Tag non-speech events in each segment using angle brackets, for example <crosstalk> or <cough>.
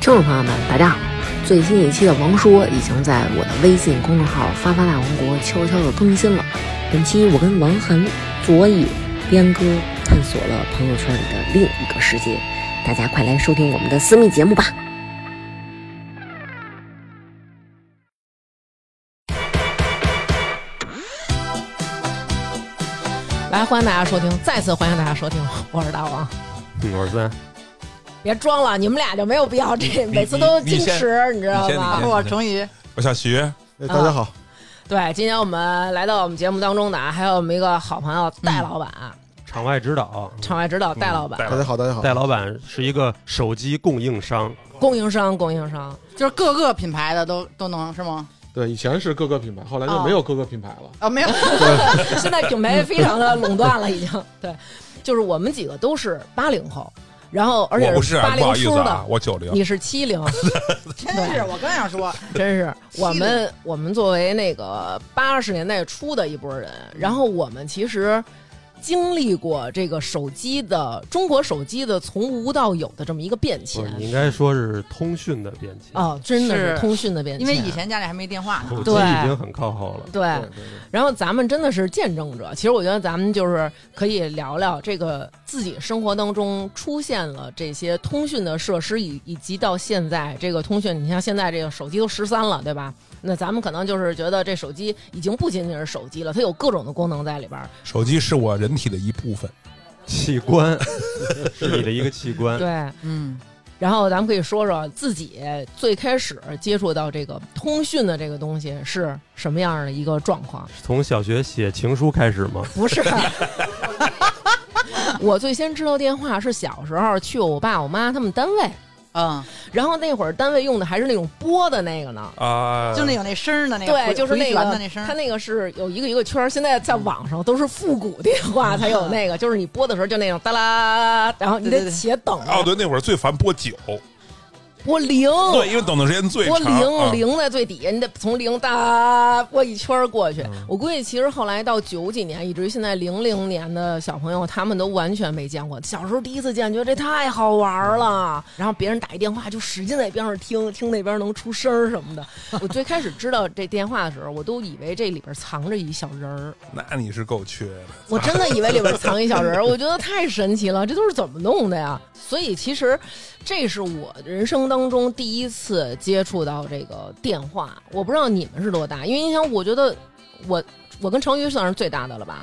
听众朋友们，大家好！最新一期的《王说》已经在我的微信公众号“发发大王国”悄悄的更新了。本期我跟王涵、佐野、边哥探索了朋友圈里的另一个世界，大家快来收听我们的私密节目吧！来，欢迎大家收听，再次欢迎大家收听，我是大王。嗯，我是孙安，别装了，你们俩就没有必要这每次都你你矜持，你知道你先吗嗯你？先我终于我小徐，哎，大家好，对，今天我们来到我们节目当中的啊，还有我们一个好朋嗯友戴老板，啊场外指导。场外指导戴老板，哎大家好，大家好。戴老板是一个手机供应商，供应商，供应商， <laughs> 就是各个品牌的都都能是吗？对，以前是各个品牌，后来哦就没有各个品牌了。啊、<laughs> 没有，现在品牌非常的垄断了，已经。对，就是我们几个都是八零后，然后而且我不是八，不零好意初思的啊，，我九零，你是七 <laughs> 零，真是我刚想说， <laughs> 真是犀利我们我们作为那个八十年代初的一波人，然后我们其实经历过这个手机的中国手机的从无到有的这么一个变不迁是你应该说是通讯的变迁，哦，真的是是通讯的变因迁，为以。前家里还没电话呢，手机对已经很靠后了。对，对对对，然后咱们真的是见证者。其实我觉得咱们就是可以聊聊这个自己生活当中出现了这些通讯的设施，以以及到现在这个通讯，你像现在这个手机都十三了，对吧？那咱们可能就是觉得这手机已经不仅仅是手机了，它有各种的功能在里边儿。手机是我人体的一部分，器官 <laughs> 是你的一个器官，对，嗯，然后咱们可以说说自己最开始接触到这个通讯的这个东西是什么样的一个状况。从小学写情书开始吗？不 <laughs> 是。我最先知道电话是小时候去我爸我妈他们单位，嗯，然后那会儿单位用的还是那种拨的那个呢。啊，就那有那声儿的那个回，对，就是那回旋个的那，声它儿，那个是有一个一个圈儿。现在在网上都是复古电话才有那个，就是你拨的时候就那种哒啦，然后你对得对对且等，哦，对，那会儿最烦拨九，哦拨零，对，因为等的时间最拨长，零啊，零在最底下，你得从零哒拨一圈儿过去。嗯我估计其实后来到九几年，以至于现在零零年的小朋友，他们都完全没见过。小时候第一次见，觉得这太好玩儿了。嗯然后别人打一电话，就使劲在边上听，听那边能出声儿什么的。我最开始知道这电话的时候，我都以为这里边藏着一小人儿，那你是够缺的， <laughs> 我真的以为里边藏一小人儿，我觉得太神奇了，这都是怎么弄的呀？所以其实这是我人生当中第一次接触到这个电话，我不知道你们是多大，因为你想，我觉得我我跟成瑜算是最大的了吧？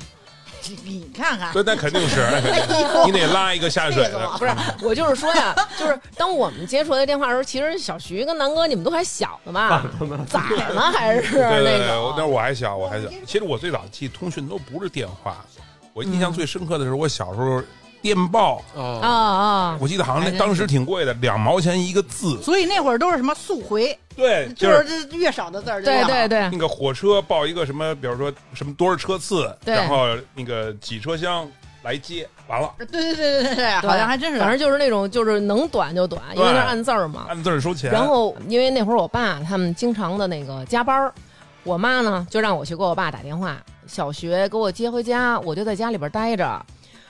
你看看，啊对，那肯定 <laughs> 是，那肯哎定你得拉一个下水这个的，我不是， <laughs> 我就是说呀，就是当我们接触到这电话的时候，其实小徐跟南哥你们都还小 <laughs> 呢吧？崽呢还是啊对对哎那对，我那种？我还小，我还小，其实我最早记通讯都不是电话，我印象最深刻的是我小时候电报，啊啊，啊！我记得好像还那真当时挺贵的，两毛钱一个字，所以那会儿都是什么速回，对，就就是是这越少的字儿越对好，对 <laughs> 对那个火车报一个什么，比如说什么多少车次，对然后那个几车厢来接，完了对对对对对，好像还真是，反正就是那种就是能短就短，因为那是按字儿嘛。按字儿收钱。然后因为那会儿我爸他们经常的那个加班儿，我妈呢就让我去给我爸打电话，小学给我接回家，我就在家里边儿待着。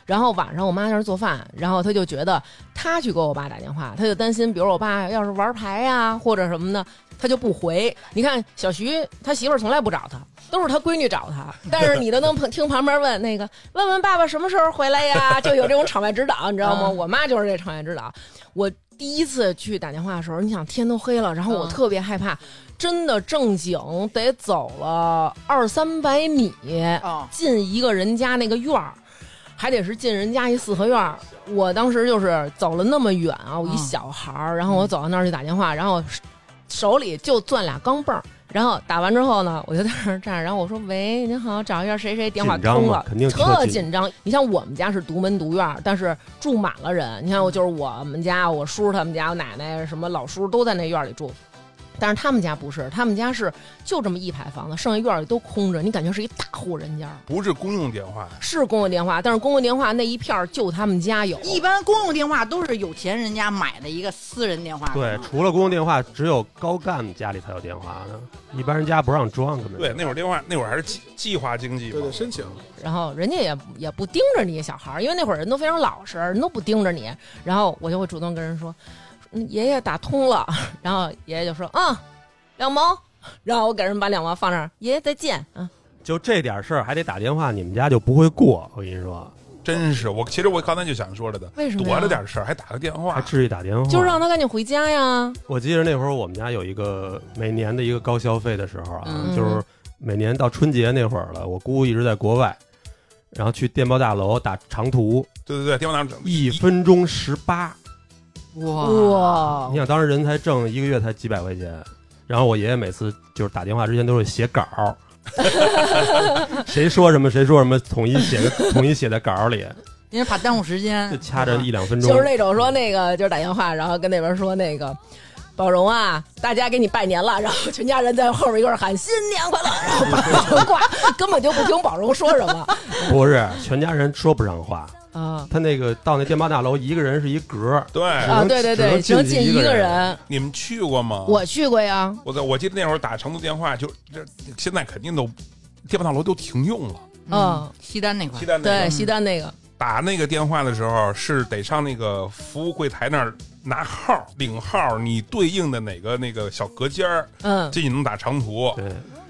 然后晚上我妈在那儿做饭，然后她就觉得她去给我爸打电话，她就担心，比如我爸要是玩牌呀、或者什么的，她就不回。你看小徐他媳妇儿从来不找他，都是他闺女找他，但是你都能碰听旁边问那个问问爸爸什么时候回来呀，就有这种场外指导，你知道吗？嗯我妈就是这场外指导，我第一次去打电话的时候，你想天都黑了，然后我嗯特别害怕，真的正经得走了二三百米，哦，进一个人家那个院儿，还得是进人家一四合院儿。我当时就是走了那么远啊，我一嗯小孩儿，然后我走到那儿去打电话，然后手手里就攥俩钢镚儿。然后打完之后呢，我就在那儿站着，然后我说：“喂，您好，找一下谁谁电话紧张通嘛了，肯定特特紧张。你像我们家是独门独院儿，但是住满了人。你看，我就是我们家，我叔他们家，我奶奶什么老叔都在那院儿里住。但是他们家不是，他们家是就这么一排房子，剩下院儿里都空着，你感觉是一大户人家。不是公用电话，是公用电话，但是公用电话那一片儿就他们家有。一般公用电话都是有钱人家买的一个私人电话，对，除了公用电话，只有高干家里才有电话呢，一般人家不让装，根本对，那会儿电话那会儿还是计计划经济对嘛对，，申请然后人家也也不盯着你小孩儿，因为那会儿人都非常老实，人都不盯着你。然后我就会主动跟人说。嗯爷爷打通了， <laughs> 然后爷爷就说嗯，两毛，然后我给人把两毛放那儿，爷爷再见，嗯，就这点事儿还得打电话，你们家就不会过。我跟你说，真是我，其实我刚才就想说了的，为什么呀啊躲着点事儿还打个电还话，至于打电话？就让他赶紧回家呀，我记得那会儿我们家有一个每年的一个高消费的时候啊，嗯就是每年到春节那会儿了，我姑姑一直在国外，然后去电报大楼打长途，对对对，电话打一分钟十八。哇，哇你想当时人才挣一个月才几百块钱，然后我爷爷每次就是打电话之前都会写稿 <laughs> 儿，谁说什么谁说什么，统一写统一写在稿儿 <laughs> 里，因为怕耽误时间，就掐着一两分嗯钟。就是那种说那个就是打电话，然后跟那边说那个。宝荣啊，大家给你拜年了，然后全家人在后边一块儿喊新年快乐，然后宝荣挂，根本就不听宝荣说什么 <laughs> 不是全家人说不上话，啊他那个到那电报大楼，一个人是一格儿，对，啊！对对对，只只能能进进一一个个人人。你们去过吗？我去过呀，我在我记得那会儿打成都电话，就这现在肯定都电话大楼都停用了。嗯，西单那块西，单那对个西单那个，打那个电话的时候，是得上那个服务柜台那儿拿号领号，你对应的哪个那个小隔间儿，嗯这你能打长途。对，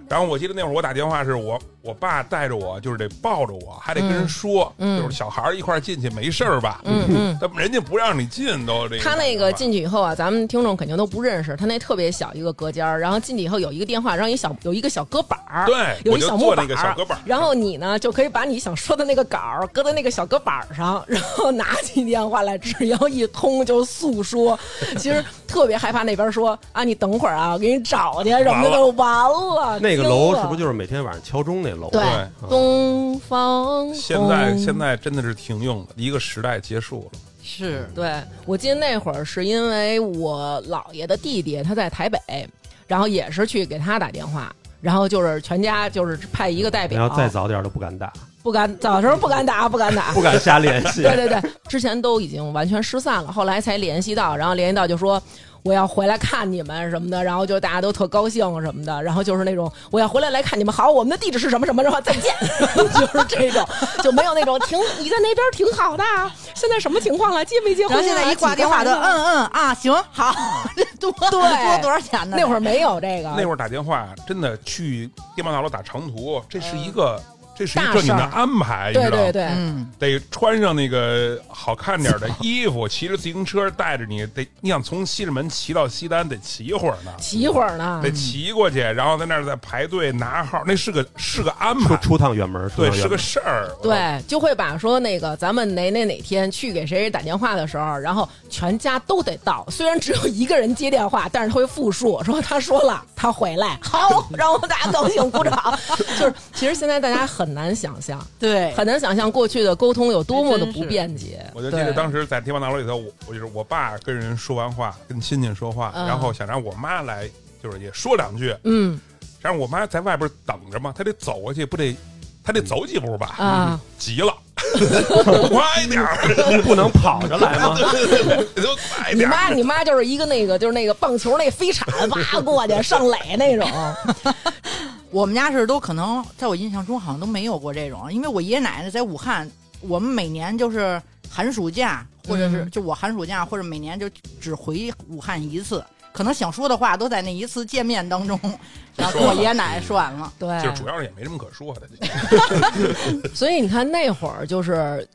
然后我记得那会儿我打电话是我我爸带着我，就是得抱着我，还得跟人说，嗯嗯就是小孩儿一块儿进去没事儿吧？嗯嗯。但人家不让你进都这个。他那个进去以后啊，咱们听众肯定都不认识，他那特别小一个隔间儿，然后进去以后有一个电话，然后一小有一个小隔板儿，对，有我一就小木坐板儿，那个小隔板儿，然后你呢就可以把你想说的那个稿儿搁在那个小隔板儿上，然后拿起电话来，只要一通就诉说。其实特别害怕那边说啊，你等会儿啊，我给你找去什么的，就完了。那个楼是不是就就是嗯每天晚上敲钟那楼？啊对哦对东方红？现在现在真的是停用了，一个时代结束了。是对我记得那会儿是因为我姥爷的弟弟他在台北，然后也是去给他打电话，然后就是全家就是派一个代然表后，再早点都不敢打，不敢早时候不敢打，不敢 <laughs> 打，不敢 <laughs> 瞎联系。对对对，之前都已经完全失散了，后来才联系到，然后联系到就说。我要回来看你们什么的，然后就大家都特高兴什么的，然后就是那种我要回来来看你们，好，我们的地址是什么什么，然后再 <laughs> 见，就是这种，就没有那种挺你在那边挺好的啊，现在什么情况了，结没结婚 <laughs> 然啊？后现在一挂电话几都个孩子了嗯嗯啊，行 <laughs> 好，这多多多多少钱呢？嗯那会儿没有这个，那会儿打电话真的去电报大楼打长途，这是一个、这是一嗯大个你事儿们的安排，你知对道吗对对，嗯，得穿上那个好看点儿的衣服，骑着自行车带着你，得你想从西直门骑到西单得骑一会儿呢，骑一会儿呢得，骑过去，然后在那儿再排队拿号，那是个是个安出排，出趟远门儿，出对，趟是远门个儿事儿，对，就会把说那个咱们哪哪哪天去给谁谁打电话的时候，然后全家都得到。虽然只有一个人接电话，但是他会复述说他说了，他回来好，然后大家高兴鼓 <laughs> 掌。就是其实现在大家很难想象，对，很难想象过去的沟通有多么的还真不是便捷。我就记得对当时在天王大楼里头，我我就是我爸跟人说完话，跟亲戚说话，嗯然后想让我妈来，就是也说两句，嗯想让我妈在外边等着嘛，她得走过去，不得，她得走几步吧？啊，急了， <laughs> 快点儿，不能跑着来 <laughs> 吗？你就快你点儿。妈你妈就是一个那个就是那个棒球那飞铲哇过去上垒那 <laughs> 种，我们家是都可能在我印象中好像都没有过这种，因为我爷爷奶奶在武汉，我们每年就是寒暑假，或者是嗯就我寒暑假，或者每年就只回武汉一次，可能想说的话都在那一次见面 <laughs> 当中，然后跟我爷爷奶奶说完了。对，就是主要是也没什么可说的，所以你看那会儿就是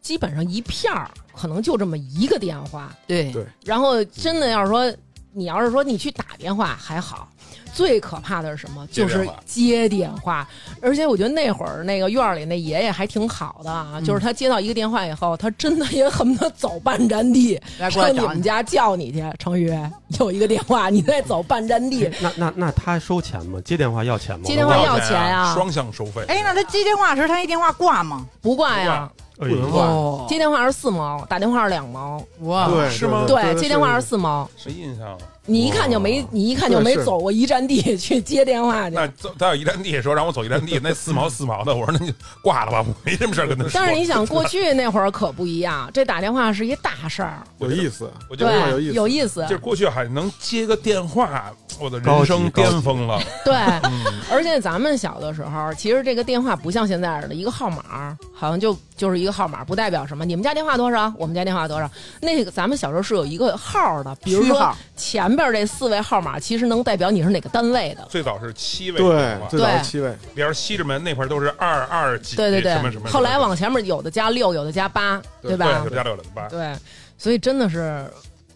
基本上一片儿，可能就这么一个电话。对对然后真的要是说，你要是说你去打电话还好，最可怕的是什么？接就电话是接电话。而且我觉得那会儿那个院儿里那爷爷还挺好的啊，嗯就是他接到一个电话以后，他真的也恨不得走半站 <laughs> 地来过来上你找们家叫你去，程宇有一个电话，你再走半站地。 <laughs> 那那那他收钱吗？接电话要钱吗？接电话要钱钱啊双向收费。哎，那他接电话时，他那电话挂吗？不挂啊呀，哎呦不能挂哦接电话是四毛，打电话是两毛。哇，对，啊是吗对对，接电话是四毛。没印象了。啊你一看就没哇，你一看就没是是走过一站地去接电话去。那走他要一站地说让我走一站地，那四毛四毛的，我说那就挂了吧，我没什么事儿跟他说。但是你想，过去那会儿可不一样，这打电话是一大事儿，有意思，我觉对得，有意思有意思就是过去好像能接个电话，我的人高级生高级巅峰了。 <laughs> 对，嗯，而且咱们小的时候，其实这个电话不像现在似的，一个号码儿好像就就是一个号码儿，不代表什么。你们家电话多少？我们家电话多少？那个咱们小时候是有一个号儿的，比如区说号前边这四位号码，其实能代表你是哪个单位的。最早是七位电对，话，最早对是七位，连西直门那块儿都是二二几，对对对什么什么。，后来往前面有的加六，有的加八，对对吧对，？加六零八，对，所以真的是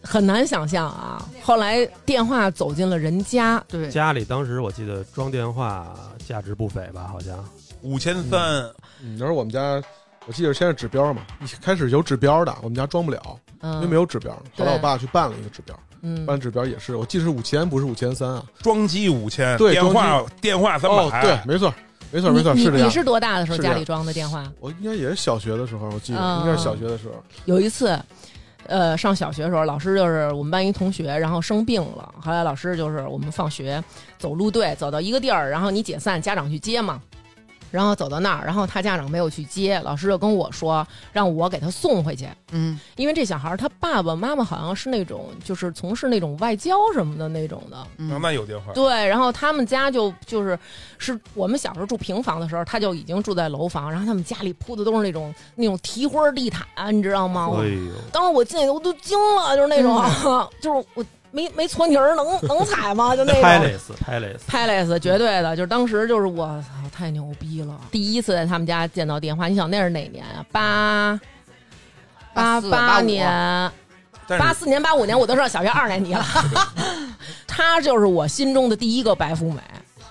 很难想象啊。后来电话走进了人家，对，家里当时我记得装电话价值不菲吧，好像五千三，嗯，那时候我们家。我记得是先是指标嘛，一开始有指标的，我们家装不了，因为没嗯有指标。后来我爸去办了一个指标，办嗯，指标也是，我记得是五千，不是五千三啊。装机五千，对电话电话三哦，百，对，，没错，没错，没错，你是这你样你。是多大的时候是这家样里装的电话？我应该也是小学的时候，我记得嗯应该是小学的时候。有一次，呃，上小学的时候，老师就是我们班一同学，然后生病了。后来老师就是我们放学走路队，走到一个地儿，然后你解散，家长去接嘛。然后走到那儿，然后他家长没有去接，老师就跟我说，让我给他送回去，嗯，因为这小孩儿他爸爸妈妈好像是那种就是从事那种外交什么的那种的，嗯那有电话，对，然后他们家就就是是我们小时候住平房的时候，他就已经住在楼房，然后他们家里铺的都是那种那种提花儿地毯，你知道吗？哎呦，当时我进去我都惊了，就是那种，嗯 <laughs> 就是我没没搓泥儿能能踩吗？就那种。 ，Palace Palace， Palace 绝对的，就是当时就是我操太牛逼了，第一次在他们家见到电话，你想那是哪年啊？八八四八八五啊年，但八是四年八五年我都上小学二年级了，他就是我心中的第一个白富美，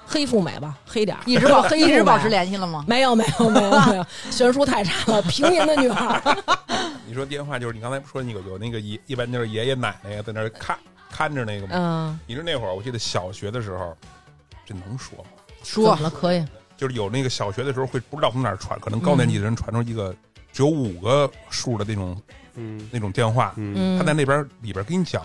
黑富美吧，黑点儿，一直保 <laughs> 黑富一美啊直保持。联系了吗？没有没有没有没有，悬殊太差了，平民的女孩儿。你说电话就是你刚才说那个有那个爷，一般就是爷爷奶奶在那儿看看着那个嘛。嗯，你说那会儿，我记得小学的时候，这能说吗？怎说么了？可以，就是有那个小学的时候会不知道从哪儿传，可能高年级的人传出一嗯个只有五个数的那种嗯那种电话，嗯，嗯，他在那边里边给你讲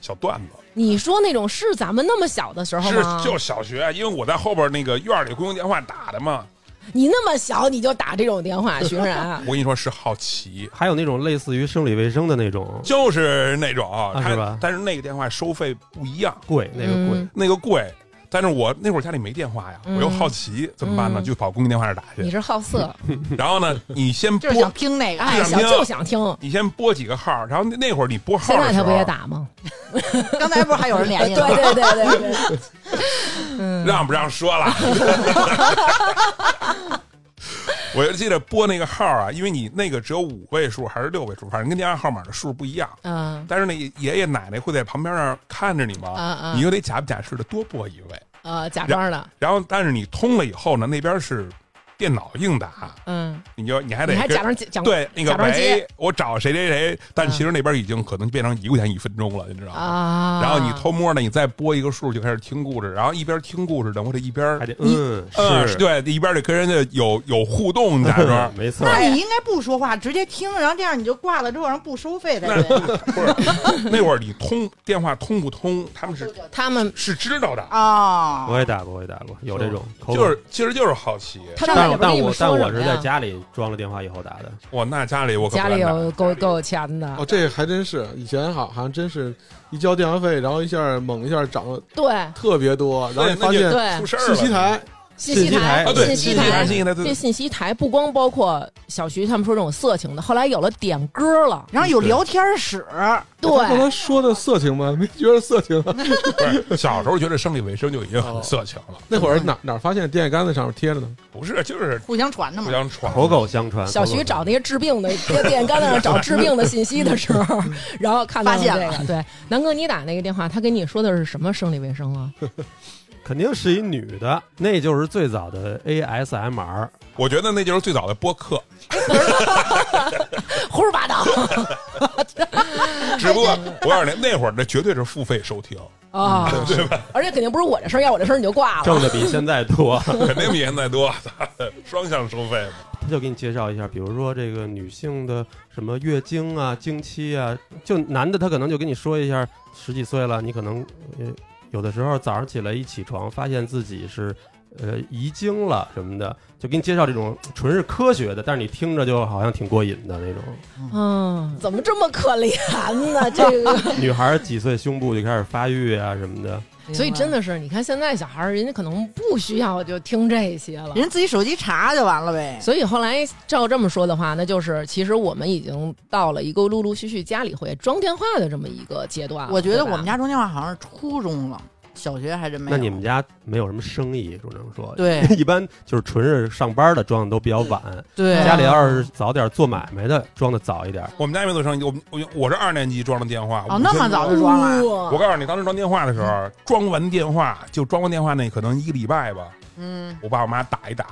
小段子，你说那种是咱们那么小的时候是吗？就小学，因为我在后边那个院儿里公用电话打的嘛。你那么小你就打这种电 <laughs> 话，寻人啊我跟你说是好奇，还有那种类似于生理卫生的那种就是那种，啊啊他是吧但是那个电话收费不一样，贵，那个贵嗯，那个贵。但是我那会儿家里没电话呀，嗯我又好奇怎么办呢？嗯就跑公用电话那儿打你去。是好色，然后呢，你先拨就是，想听那个，哎哎，想想听就想听。嗯你先拨几个号，然后那那会儿你拨号现在的时他候，啊不也打吗？刚才不是还有人联系哎 <laughs> 对了吗？对对对对，嗯，让不让说了？我就记得拨那个号啊，因为你那个只有五位数还是六位数，反正跟电话号码的数不一样。 <laughs> 嗯但是那爷爷奶奶会在旁边那儿看着你嘛，啊啊你又得假不假式的多拨一位。呃，假装的，然后，但是你通了以后呢，那边是电脑硬打，嗯，你就你还得你还跟假装讲对那个假装接嗯喂，我找谁谁谁，但其实那边已经可能变成一块钱一分钟了，你知道吗？啊，然后你偷摸的，你再拨一个数，就开始听故事，然后一边听故事呢，我得一边还得你嗯嗯，是，嗯对，一边得跟人家有有互动，你假装没错，那你应该不说话，直接听，然后这样你就挂了之后，然后不收费的。不是嗯那会儿你通电话通不通，他们是哦他们是知道的，啊，我也打过，我也打过，有这种，口就感是其实就是好奇。他们在但里边我但跟你我们但说什我么是在呀家里装了电话以后打的，我那家里我可不家里敢打有够够钱的哦，，这还真是，以前好好像真是一交电话费，然后一下猛一下涨了对特别多，然后对你发那现就对出事儿信了。息台信息信息台台啊，对，信信息息台，台信息台，对这信息台不光包括小徐他们说这种色情的，后来有了点歌了，然后有聊天室，哎他刚对，才说的色情吗？没觉得色情 <laughs> 啊？不是小时候觉得生理卫生就已经很色情了，那会儿哪哪发现电线杆子上面贴着呢？不是，就是互相传的互嘛。相传。口口相传。小口口徐相找那些治病的，在电线杆子上找治病的信息的时候， <laughs> 然后看到发现这个。对，南哥，你打那个电话，他跟你说的是什么生理卫生啊？肯定是一女的，那就是最早的 ASMR， <laughs> 我觉得那就是最早的播客，胡说八 <laughs> 道只不过 <laughs> 我告诉你，那会儿那绝对是付费收听，啊！而且肯定不是我这事儿，要我这事儿你就挂了。挣的比现在多。 <laughs> 肯定比现在多，双向收费嘛。他就给你介绍一下，比如说这个女性的什么月经啊、经期啊，就男的他可能就跟你说一下，十几岁了，你可能呃有的时候早上起来一起床，发现自己是呃遗精了什么的，就给你介绍这种纯是科学的，但是你听着就好像挺过瘾的那种。嗯， <laughs> 怎么这么可怜呢？这个女孩儿几岁胸部就开始发育啊什么的，所以真的是，你看现在小孩儿，人家可能不需要就听这些了。人自己手机查就完了呗。所以后来照这么说的话，那就是其实我们已经到了一个陆陆续续家里会装电话的这么一个阶段了。我觉得啊对吧我们家装电话好像是初中了，小学还真没有。那你们家没有什么生意，只能说，对 <laughs> 一般就是纯是上班的装的都比较晚，对啊啊家里要是早点做买卖的装的早一点。我们家也没有生意，我们我我是二年级装的电话，哦5000那么早就装了我哇告诉你，当时装电话的时候，装完电话就装完电话那可能一个礼拜吧，嗯，我爸我妈打一打，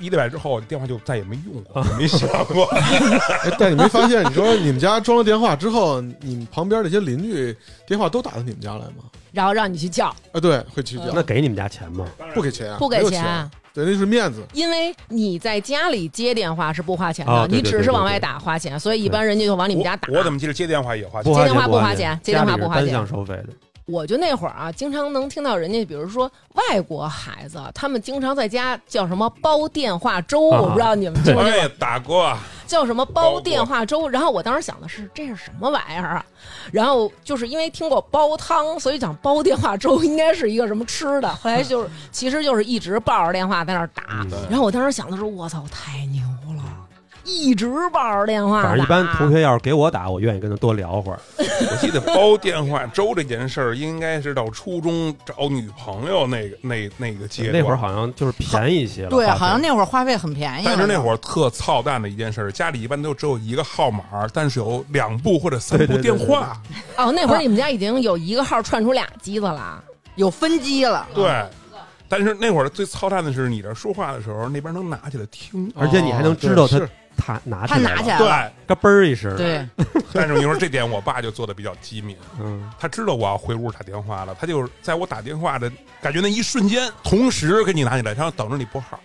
一礼拜之后电话就再也没用 <laughs> 过，也没响过。哎，但你没发现，你说你们家装了电话之后，你们旁边那些邻居电话都打到你们家来吗？然后让你去叫，啊，对，会去叫，那给你们家钱吗？不给钱啊，呃不给没有钱钱，对，那是面子。因为你在家里接电话是不花钱的，哦对你对只是对往对外对打花钱，所以一般人家就 <laughs> 往你们家打。我我怎么记得接电话也花钱不？花接电话钱，不花钱接电家话不里是花钱单向收费的。我就那会儿啊，经常能听到人家，比如说外国孩子，他们经常在家叫什么煲电话粥，啊我不知道你们听过 <laughs> 我没有也打过，叫什么煲电话粥。然后我当时想的是，这是什么玩意儿啊？然后就是因为听过煲汤，所以讲煲电话粥应该是一个什么吃的。后来就是，其实就是一直抱着电话在那儿打。然后我当时想的是，我操，太牛了！一直抱着电话打，反正一般同学要是给我打，我愿意跟他多聊会儿。我记得煲电话粥这件事儿，应该是到初中找女朋友那个那那个阶段。那会儿好像就是便宜一些了，对，啊花费好像那会儿话费很便宜。但是那会儿特操蛋的一件事儿，家里一般都只有一个号码，但是有两部或者三部对对电对话。哦，那会儿你们家已经有一个号串出俩机子了。有分机了，对但是那会儿最操蛋的是，你这说话的时候，那边能拿起来听。而且你还能知道他哦对是他拿他拿起来来对，了，嘎嘣儿一声，，对，但是你说这点，我爸就做的比较机敏，嗯，他知道我要回屋打电话了，他就是在我打电话的感觉那一瞬间，同时给你拿起来，然后等着你拨号，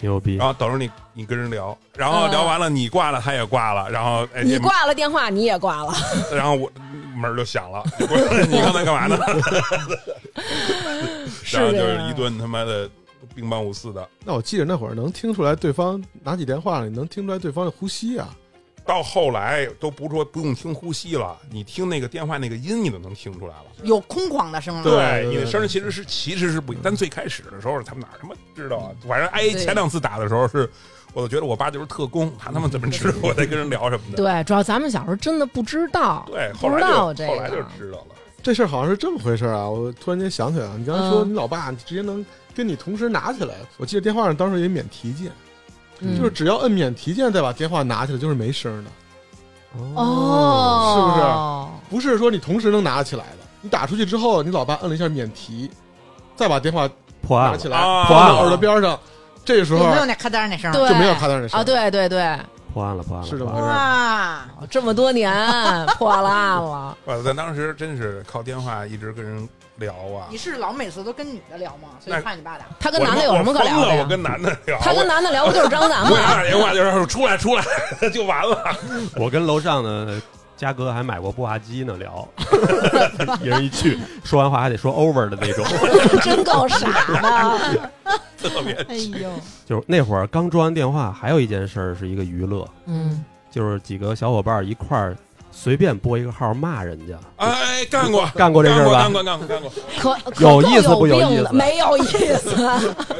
牛逼啊然。后等着你你跟人聊，然后聊完了你挂了，他也挂了，然后哎，你这挂了电话，你也挂了。然后我门儿就响了，我说你刚才干嘛呢？ <laughs> 然后就是一顿他妈的兵帮五四的。那我记得那会儿能听出来对方拿起电话来，你能听出来对方的呼吸啊，到后来都不说不用听呼吸了，你听那个电话那个音，你都能听出来了。嗯有空旷的声了。对你的对声儿其实是其实是不一，但最开始的时候他们哪他妈知道嗯啊？反正挨前两次打的时候是，我就觉得我爸就是特工，他他妈怎么知道我在跟人聊什么的？嗯对，主要咱们小时候真的不知道，对，后不知来道就这后来就个。知道了。这事儿好像是这么回事儿啊！我突然间想起来了，你刚才说嗯你老爸，你直接能跟你同时拿起来。我记得电话上当时有一免提键，嗯就是只要摁免提键再把电话拿起来，就是没声儿的，哦，不是说你同时能拿起来的。你打出去之后，你老爸摁了一下免提，再把电话破案拿了，起来啊放到耳朵边上，这个时有候没有那咔嗒那声？对就没有咔嗒那声啊，儿。对对对，破案了，破案了，是这么破案回事儿。了哇，哦这么多年破烂了，我在当时真是靠电话一直跟人聊啊你。是老每次都跟女的聊吗？所以那怕你爸打。他跟男的有什么可聊我他妈的我疯了我呀？跟男的聊，他跟男的聊不就是张咱我吗？打电话就说出来出来 <laughs> 就完了。 <laughs> 我跟楼上的嘉哥还买过步话机呢， <laughs> 聊，一人一句，说完话还得说 over 的 <laughs> 那种。真够傻的。 <laughs> 特别哎呦，就是那会儿刚装完电话，还有一件事儿是一个娱乐，嗯，就是几个小伙伴儿一块儿随便拨一个号骂人家，哎，干过干过这事儿吧干过干过干过，可可有意思够不有病意的思没有意思。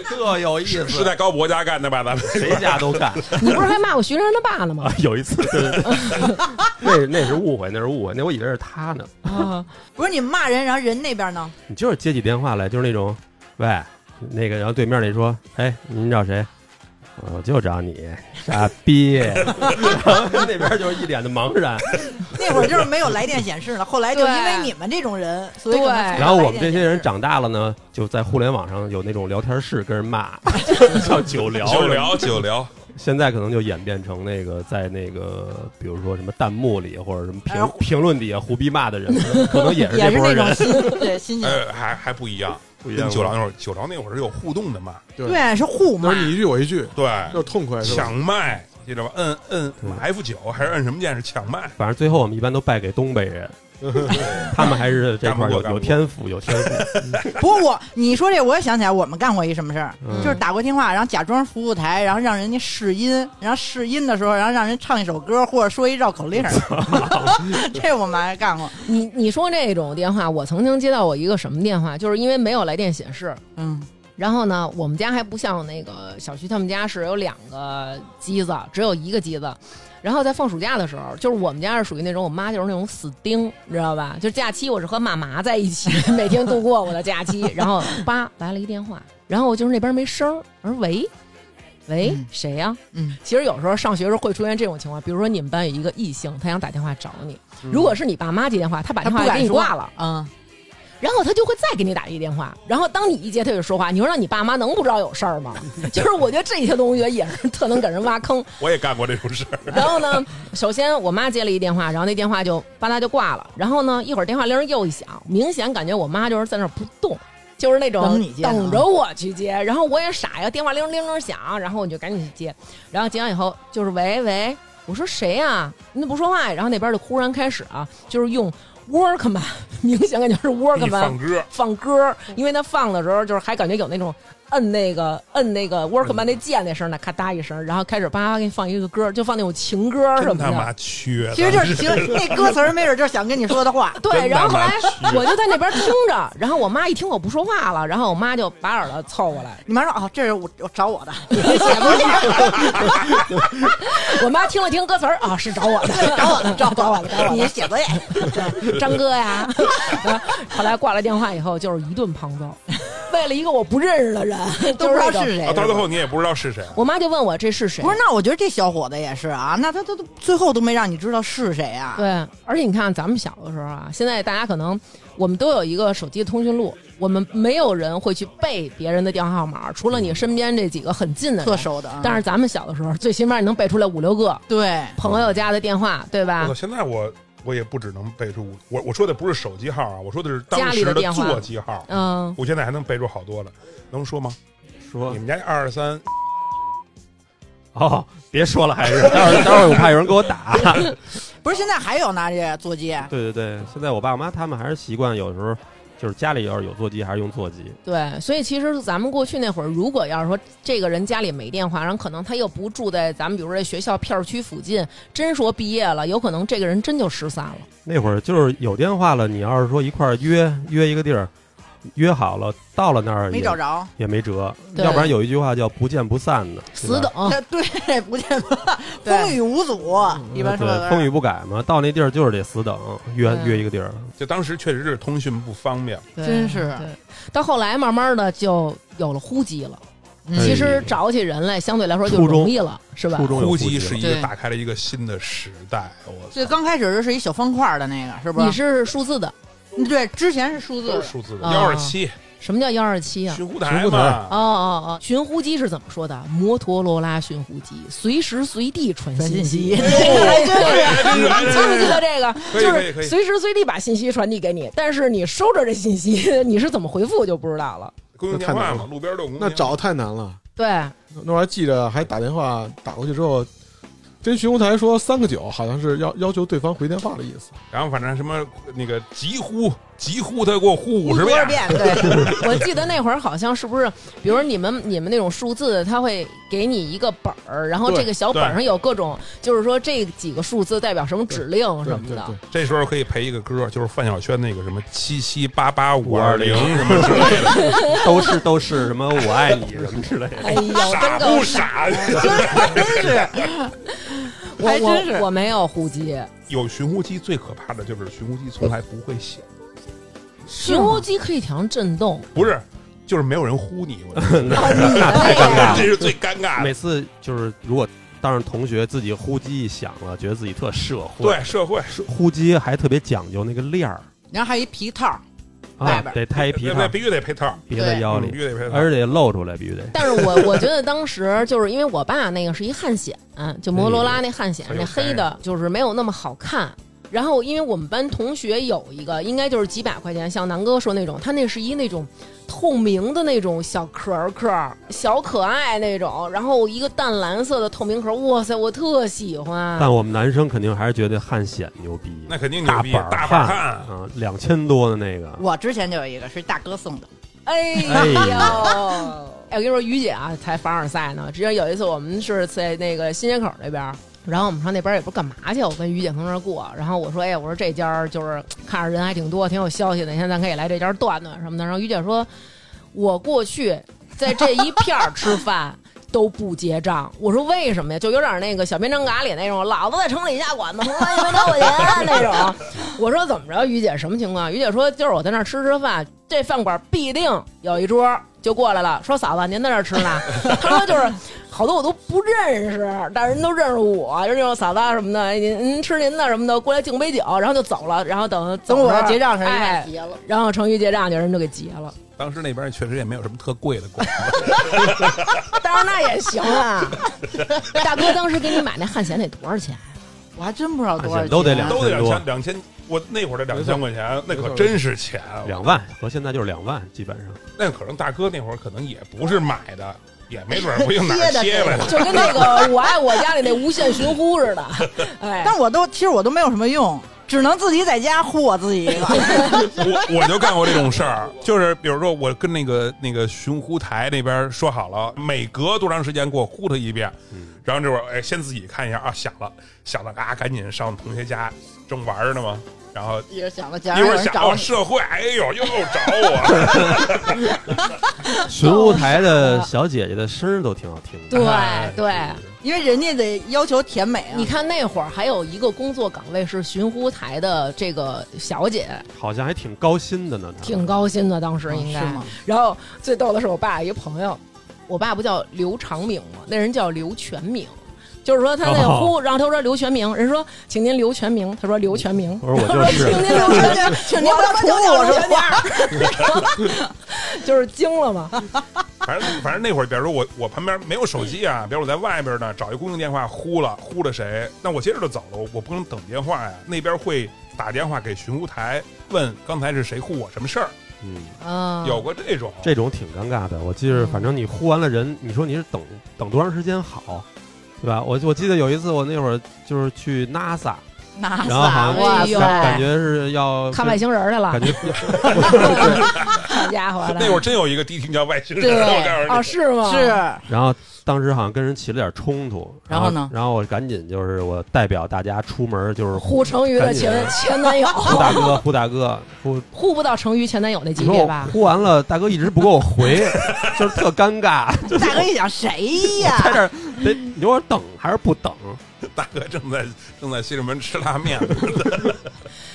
这哎有意是是在高博家干的吧？咱们谁家都干。 <laughs> 你不是还骂过徐峥他爸了吗啊？， <laughs> 有一次，对对对那那是误会，那是误会，那我以为是他呢。啊，不是你骂人，然后人那边呢？你就是接起电话来，就是那种，喂，那个，然后对面那说，哎，您找谁？我就找你， <laughs> 傻逼。 <laughs> 然后那边就是一脸的茫然，那会儿就是没有来电显示了，后来就对因为你们这种人，所以可能对出然后来我们这些来电人显示长大了呢，就在互联网上有那种聊天室跟 <laughs> 人骂，叫九聊。久。聊久聊，现在可能就演变成那个在那个，比如说什么弹幕里或者什么哎呦评评论底下胡逼骂的 <laughs> 人，可能也是也这是波那人种。新对新 <laughs> 鲜，呃，还还不一样，不一样跟九聊那会儿，九聊那会儿是有互动的嘛？对对是互骂都是，你一句我一句，对，就是痛快是吧？ <laughs> 抢麦，记着吧？摁摁对 F 九还是摁什么键是抢麦？反正最后我们一般都败给东北 <laughs> 人，他们还是这块儿有干不过干不过有天赋，有天赋。不过我你说这，我也想起来我们干过一什么事儿，嗯就是打过电话，然后假装服务台，然后让人家试音，然后试音的时候，然后让人唱一首歌或者说一绕口令儿， <laughs> 这我们还干过。你你说这种电话，我曾经接到过一个什么电话，就是因为没有来电显示，嗯，然后呢，我们家还不像那个小徐他们家是有两个机子，只有一个机子。然后在放暑假的时候，就是我们家是属于那种，我妈就是那种死盯，你知道吧？就假期我是和妈妈在一起，每天度过我的假期。然后叭来了一电话，然后就是那边没声儿，我说喂，喂，嗯谁呀、嗯，其实有时候上学时候会出现这种情况，比如说你们班有一个异性，他想打电话找你，如果是你爸妈接电话，他把嗯电他不话敢给你说挂了。嗯，然后他就会再给你打一电话，然后当你一接他就说话，你说让你爸妈能不知道有事 <laughs> 儿吗？就是我觉得这些东西也是特能给人挖坑。我也干过这种事儿，然后呢，首先我妈接了一电话，然后那电话就吧嗒就挂了。然后呢，一会儿电话铃儿又一响，明显感觉我妈就是在那儿不动，就是那种等你接呢啊等着我去接。然后我也傻呀，电话铃儿铃铃响，然后我就赶紧去接。然后接完以后就是喂喂，我说谁呀、你怎么不说话呀？然后那边就忽然开始啊，就是用 Workman，明 <laughs> 显感觉是你 Workman 放歌，放歌儿，因为他放的时候就是还感觉有那种摁那个摁那个 Workman 那键那声儿呢，咔嗒一声儿，然后开始叭叭给你放一个歌儿，就放那种情歌儿什真么他的。妈缺！其实就是其实那歌词儿没准就是想跟你说的话。对，真然后他后妈来缺我就在那边听着，然后我妈一听我不说话了，然后我妈就把耳朵凑过来，你妈说哦，这是我我找我的，我妈听了听歌词儿啊，是找我 <laughs> 的，找我的，找我的，找我的，你写作业。啊张哥呀。然后后来挂了电话以后，就是一顿胖揍， <laughs> 为了一个我不认识的人，都就不知道那种是谁啊，到最后你也不知道是谁，我妈就问我这是谁，不是，那我觉得这小伙子也是啊，那他他都最后都没让你知道是谁啊。对，而且你看咱们小的时候啊，现在大家可能我们都有一个手机通讯录，我们没有人会去背别人的电话号码，除了你身边这几个很近的特人。熟的啊。但是咱们小的时候，最起码你能背出来五六个对，朋友家的电话，对我嗯吧操！？现在我我也不只能背出五我我说的不是手机号啊，我说的是当家里时的电话座机号。嗯，我现在还能背出好多了，能说吗？说你们家二二三哦，别说了，还 <laughs> 是待会儿待会儿我怕有人给我打。 <laughs> 不是现在还有呢，这座机。对对对，现在我爸我妈他们还是习惯，有时候就是家里要是有座机，还是用座机。对，所以其实咱们过去那会儿，如果要是说这个人家里没电话，然后可能他又不住在咱们比如说这学校片区附近，真说毕业了，有可能这个人真就失散了。那会儿就是有电话了，你要是说一块儿约约一个地儿，约好了，到了那儿没也找着，也没辙，对要不然有一句话叫不见不散的，死对吧等，这对 <laughs> 不见得，对风雨无阻。一般说的对，风雨不改嘛，到那地儿就是得死等，约对约一个地儿。就当时确实是通讯不方便，对真是对，到后来慢慢的就有了呼机了。嗯哎其实找起人来相对来说就初中容易了，是吧初？中有呼呼机机是了一个对打开了一个新的时代。我所以操，刚开始是一小方块儿的那个，是不嗯你是数字的，对，之前是数字都的是，数字的啊幺二七什么叫幺二七啊？寻呼台寻呼嘛台哦。哦哦，寻呼机是怎么说的？摩托罗拉寻呼机，随时随地传传信信息 <laughs> 对对哎对哎哎你们记不记得这个？可以就可以可是以随时随地把信息传递给你，但是你收着这信息， <laughs> 你是怎么回复就不知道了。公用电话嘛，路边都有公用电那话。找太难了。对，那我还记着，还打电话打过去之后，跟巡工台说三个九，好像是要要求对方回电话的意思。然后反正什么那个急呼急呼，他给我呼五五十多少遍，遍？对，我记得那会儿好像是不是，比如你们你们那种数字，它会给你一个本儿，然后对这个小本儿对上有各种，就是说这几个数字代表什么指令对什么对的。哦对，这时候可以配一个歌，就是范晓萱那个什么七七八八五二零520什么之类的，都是都是什么我爱你什么之类的。哎呦，傻真够不傻？真是我还真是我我没有户籍，有寻呼机最可怕的就是寻呼机从来不会响，寻呼机可以调成震动，不是，就是没有人呼你，我觉得那太尴 <laughs> 尬这了。是最尴尬每的。次就是如果当着同学自己呼机一响了，觉得自己特社会。对，社会是，呼机还特别讲究那个链儿，然后还有一皮套儿，啊外边儿，得tie 一皮那套必须得配套，嗯别在腰必里，须得配套。而且露出来必须嗯得。但是我我觉得当时就是因为我爸那个是一汉显，就摩托罗拉那汉显哎呦那黑的，就是没有那么好看。然后因为我们班同学有一个，应该就是几百块钱，像南哥说那种，他那是一那种透明的那种小壳儿壳儿，小可爱那种，然后一个淡蓝色的透明壳儿，哇塞，我特喜欢。但我们男生肯定还是觉得汗显牛逼，那肯定牛大逼，板大汗板汗，啊，两千多的那个，我之前就有一个是大哥送的，哎呦，哎哎，我跟你说，于姐啊，才凡尔赛呢。之前有一次，我们是在那个新街口那边儿，然后我们上那边儿也不知道干嘛去，我跟于姐从那儿过，然后我说，哎，我说这家儿就是看着人还挺多，挺有消息的，现在咱可以来这家儿断断什么的。然后于姐说，我过去在这一片儿吃饭。都不结账，我说为什么呀？就有点那个小编张嘎里那种，老子在城里下馆子，从来就没找我钱啊 <laughs> 那种。我说怎么着，于姐什么情况？于姐说就是我在那儿吃吃饭，这饭馆必定有一桌就过来了，说嫂子您在这儿吃 <laughs> 呢。她说就是好多我都不认识，但是人都认识我，就是那种嫂子啊什么的，哎您您吃您的什么的，过来敬杯酒，然后就走了。然后等等我走结账时候就哎给，结了。然后成于结账去，人就给结了。当时那边确实也没有什么特贵的馆子， <laughs> <laughs> 当然那也行啊， <laughs> 大哥当时给你买那汗显得多少钱？我还真不知道多少钱，啊汗显都得两都得两多千两千，我那会儿的两没千错块钱，那没可错真是钱，两万和现在就是两万，基本上。那可能大哥那会儿可能也不是买的，也没准儿不定哪儿歇的歇了。 <laughs> 就跟那个《我爱我家》里那无限寻呼似的， <laughs> 哎，但我都其实我都没有什么用，只能自己在家唬我自己一个。我我就干过这种事儿，就是比如说我跟那个那个寻呼台那边说好了，每隔多长时间给我呼他一遍，嗯然后这会儿哎先自己看一下啊，响了响了，啊赶紧上同学家，正玩着呢嘛，然后一会儿想了，一一会儿想哦社会，哎呦又找 <laughs> 我，寻呼台的小姐姐的声儿都挺好听的，嗯对对，因为人家得要求甜美啊。你看那会儿还有一个工作岗位是寻呼台的这个小姐，好像还挺高薪的呢。她挺高薪的，当时嗯应该。是吗？然后最逗的是我爸一个朋友，我爸不叫刘长明吗？那人叫刘全明。就是说他那哦呼，然后他说刘全明，人说请您刘全明，他说刘全明，我说我他就说是 <laughs> 请您刘全明，请您不他要妈吐就叫我刘是全吧？明， <laughs> 就是惊了嘛。反正反正那会儿，比如说我我旁边没有手机啊，比如我在外边呢，找一公用电话呼了呼了谁，那我接着就走了，我我不能等电话呀，那边会打电话给寻呼台问刚才是谁呼我什么事儿。嗯，啊，有过这种，这种挺尴尬的。我记着，反正你呼完了人，你说你是等等多长时间好，对吧？我我记得有一次我那会儿就是去 NASA，那然后好像哇哇塞感感塞，觉是要看外星人去了感，觉 <laughs> 好 <laughs> 家伙的，那会儿真有一个迪厅叫外星人，对我告诉哦你，是吗？是然后当时好像跟人起了点冲突，然后呢然后我赶紧就是我代表大家出门，就是呼成瑜的前赶紧前男友，呼大哥，呼大哥，呼。呼不到成瑜前男友那级你说别我吧？呼完了，大哥一直不给我回， <laughs> 就是特尴尬，大哥一想谁在呀？ <laughs> 这儿得你说我等还是不等？大哥正在正在西直门吃拉面，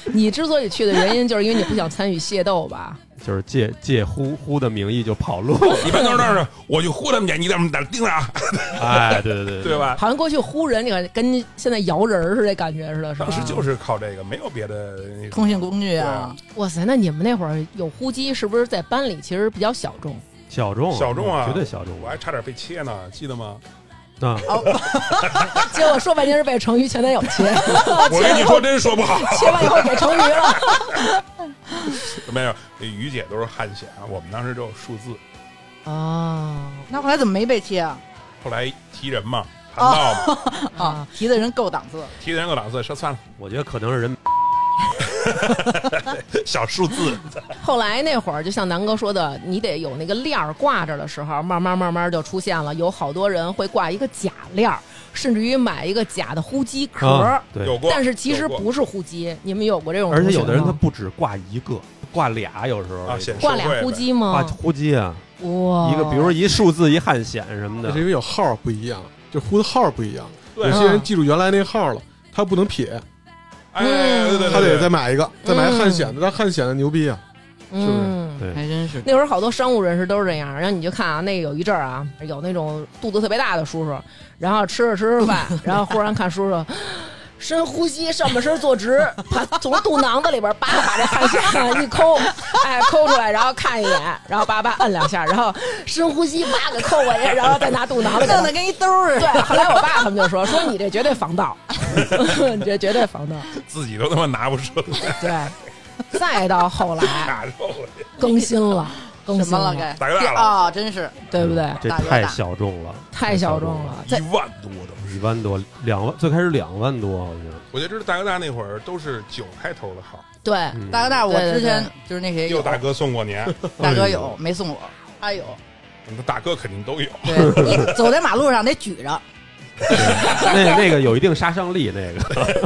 你之所以去的原因，就是因为你不想参与械斗吧？就是借借呼呼的名义就跑路，一般都是那儿，我就呼他们点，你在那盯着啊， <laughs> 哎，对对对对？吧？好像过去呼人，你看跟现在摇人儿似的感觉似的，是吧当时就是靠这个，没有别的那种通信工具啊，哇塞，那你们那会儿有呼机，是不是在班里其实比较小众？小众，小众啊，绝对小众，我还差点被切呢，记得吗？啊，哦结果说半天是被成瑜前男友切，我跟你说，真说不好，切完以后给成瑜了。没有，这于姐都是汗显，我们当时只有数字， <laughs> 哦那后来怎么没被切啊？后来提人嘛，谈到哦嘛，啊，提的人够档 <laughs> 次，提人个档次，说算了， <laughs> 我觉得可能是人小数字，后来那会儿，就像南哥说的，你得有那个链儿挂着的时候，慢慢慢慢就出现了，有好多人会挂一个假链儿，甚至于买一个假的呼机壳。啊，对，有过，但是其实有过不是呼机，你们有过这种同而学吗？且有的人他不止挂一个，挂俩，有时候啊显示挂俩呼机挂吗？呼机啊，哇，一个比如说一数字一汉显什么那的是，因为有号儿不一样，就呼的号儿不一样。对啊有些人记住原来那号儿了，他不能撇，哎，对对对，他得再在买一个，再买汉显的，但汉显的牛逼啊！是不是嗯。对，还真是。那会儿好多商务人士都是这样，然后你就看啊，那有一阵儿啊，有那种肚子特别大的叔叔，然后吃着吃着 <laughs> 饭，然后忽然看叔叔深呼吸，上半身坐直，把从肚囊子里边叭把这汗腺一抠，哎，抠出来，然后看一眼，然后叭叭摁两下，然后深呼吸，叭啊给抠过去，然后再拿肚囊子给弄它得跟一兜儿似对，后来我爸他们就说说你这绝对防盗， <laughs> 这绝对防盗。自己都他妈拿不出 <laughs> 对，再到后来大肉了，更新了，更什新么了该？嗯大哥大了，啊，真是对不对？嗯这大哥太大小众了，太小众了，在一万多的。一万多，两万，最开始两万多好像。我就知道大哥大那会儿都是九开头的号，对嗯大哥大，我对对之前就是那谁又有大嗯哥送过年， <laughs> 大哥有没送我，他有，大哥肯定都有。<laughs> 对，你走在马路上得举着，那那个有一定杀伤力，那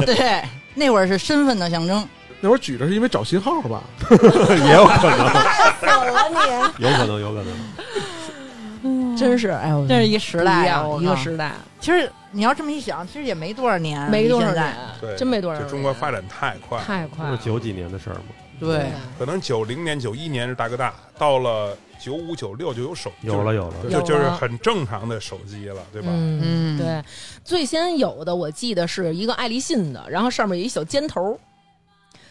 <laughs> 个对，那会儿是身份的象征，那会儿举着是因为找信号吧？也有可能，怎么了你？有可能，有可能。真是哎呦，这是一时代不一啊，样我一个靠时代，其实你要这么一想，其实也没多少年，没多少嗯现在年，对，真没多少这年。中国发展太快了，太快那了，是九几年的事儿嘛，对，可能九零年、九一年是大哥大，到了九五、九六就有手机，有了，有了。就有就了就是很正常的手机了，对吧？嗯。嗯，对，最先有的我记得是一个爱立信的，然后上面有一小尖头，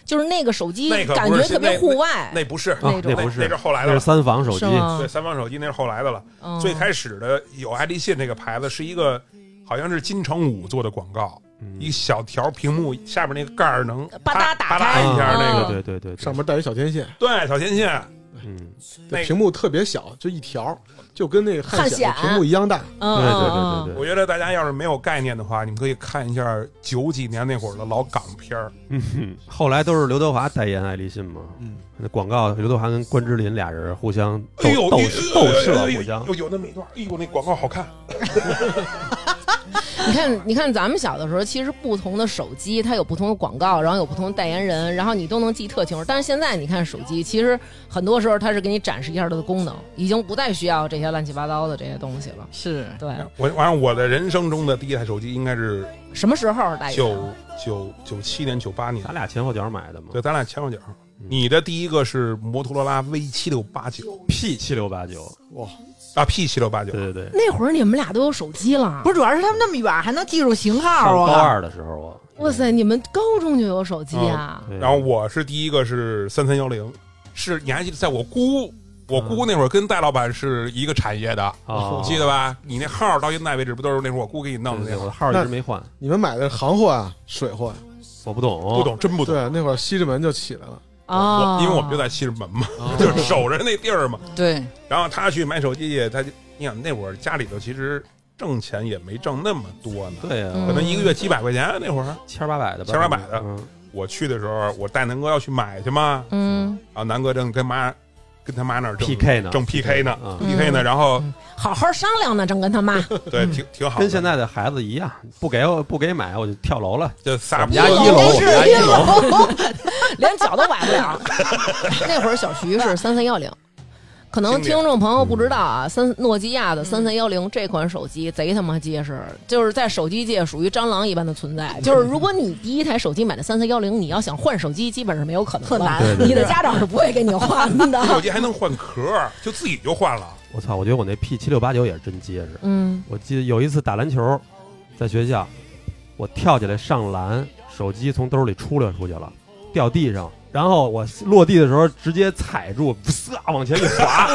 就是那个手机那可不是感觉特别那户外，那不是，啊那，种那那不是，那是后来那的是了。三防手机是，吗对，？三方手机那是后来的了。嗯最开始的有爱立信这个牌子是一个，好像是金城武做的广告，嗯一个小条屏幕下边那个盖儿能呃吧嗒打吧开嗒一下那个，嗯啊对对对对，上面带一小天线，对，小天线，嗯，那屏幕特别小，就一条，就跟那个汉显显的屏幕一样大。嗯对对嗯对对我觉得大家要是没有概念的话，你们可以看一下九几年那会儿的老港片儿，嗯 <laughs> 后来都是刘德华代言爱立信嘛，嗯，那广告刘德华跟关之琳俩人互相斗哎呦，斗哎呦斗哎射，呦互相有有那么一段，哎呦，那广告好看，你看，你看，咱们小的时候，其实不同的手机它有不同的广告，然后有不同的代言人，然后你都能记特清楚。但是现在你看手机，其实很多时候它是给你展示一下它的功能，已经不再需要这些乱七八糟的这些东西了。是对，我反正我的人生中的第一台手机应该是什么时候代言？九九九七年、九八年咱，俩前后脚买的嘛对，咱俩前后脚。嗯你的第一个是摩托罗拉 V 七六八九，P 七六八九，啊，P 七六八九，对对对，那会儿你们俩都有手机了，啊不是，主要是他们那么远还能记住型上号高啊，二的时候我，哇塞，你们高中就有手机啊？对，然后我是第一个是三三幺零，是你还记得，在我姑，我姑那会儿跟戴老板是一个产业的，嗯哦记得吧？你那号儿到现在为止不都是那会儿我姑给你弄的对对那我会的儿？号一直没换，你们买的是行货啊，水货啊？我不懂，不，懂，真不懂。对，那会儿西直门就起来了。哦啊、嗯我因为我们就在西直门嘛， <laughs> 就是守着那地儿嘛。对，然后他去买手机去，他就你想那会儿家里头其实挣钱也没挣那么多呢，对呀，可能一个月几百块钱啊那会儿。千八百的吧，千八百的嗯，我去的时候，我带南哥要去买去嘛，嗯，然后南哥正跟妈跟他妈那儿正 PK 呢正 PK 呢嗯，PK 呢，然后好好商量呢，正跟他妈。嗯对挺挺好的，跟现在的孩子一样，不给我不给买我就跳楼了，就仨不我们家一楼我们家哦一楼， <laughs> 连脚都崴不 <laughs> 了。那会儿小徐是三三幺零，可能经典听众朋友嗯不知道啊，三诺基亚的三三幺零这款手机贼他妈结实，就是在手机界属于蟑螂一般的存在。就是如果你第一台手机买的三三幺零，你要想换手机，基本是没有可能特的。难，对对你的家长是不会给你换的。 <laughs> 手机还能换壳儿，就自己就换了。我操，我觉得我那 P 七六八九也是真结实，嗯，我记得有一次打篮球，在学校，我跳起来上篮，手机从兜里出溜出去了，掉地上。然后我落地的时候直接踩住，嗖往前一滑，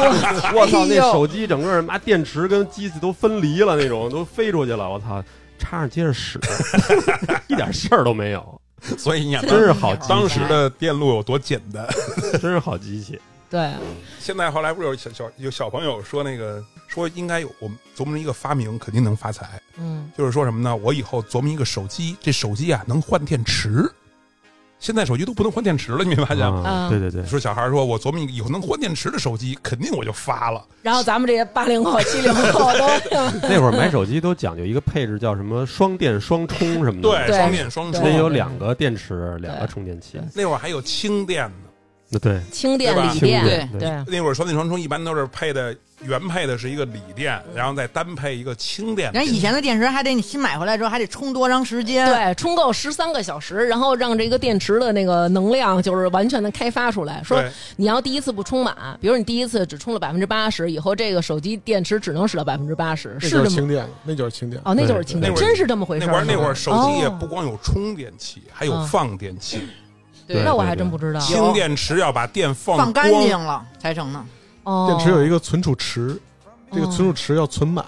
我操！哎那手机整个妈电池跟机器都分离了，那种都飞出去了，我操！插上接着使， <laughs> 一点事儿都没有，所以你想，真是嗯好机当器，时的电路有多简单？真是好机器。对，现在后来不是有小小有小朋友说那个说应该有我们琢磨一个发明肯定能发财，嗯，就是说什么呢？我以后琢磨一个手机，这手机啊能换电池。现在手机都不能换电池了，你没发现吗？嗯啊，对 <laughs> 对对，说小孩说，我琢磨一个以后能换电池的手机，肯定我就发了。然后咱们这些八零后、七零后都那会儿买手机都讲究一个配置，叫什么双电双充什么对，的，对双电双充得对。有两个电池，两个对充电器。那会儿还有轻电呢，那对，轻电、对吧锂轻电，电对，那会儿双电双充一般都是配的原配的是一个锂电，然后再单配一个轻电。人以前的电池还得你新买回来之后还得充多长时间，对，充够十三个小时，然后让这个电池的那个能量就是完全的开发出来。说对你要第一次不充满，比如你第一次只充了百分之八十，以后这个手机电池只能使到百分之八十，那是就是这么轻电，那就是轻电。哦，那就是轻那电，会儿真是这么回事那会儿那会儿手机也哦不光有充电器，还有嗯放电器。对那我对还对真不知道轻电池要把电放放光干净了才成呢。哦。电池有一个存储池，这个哦存储池要存满，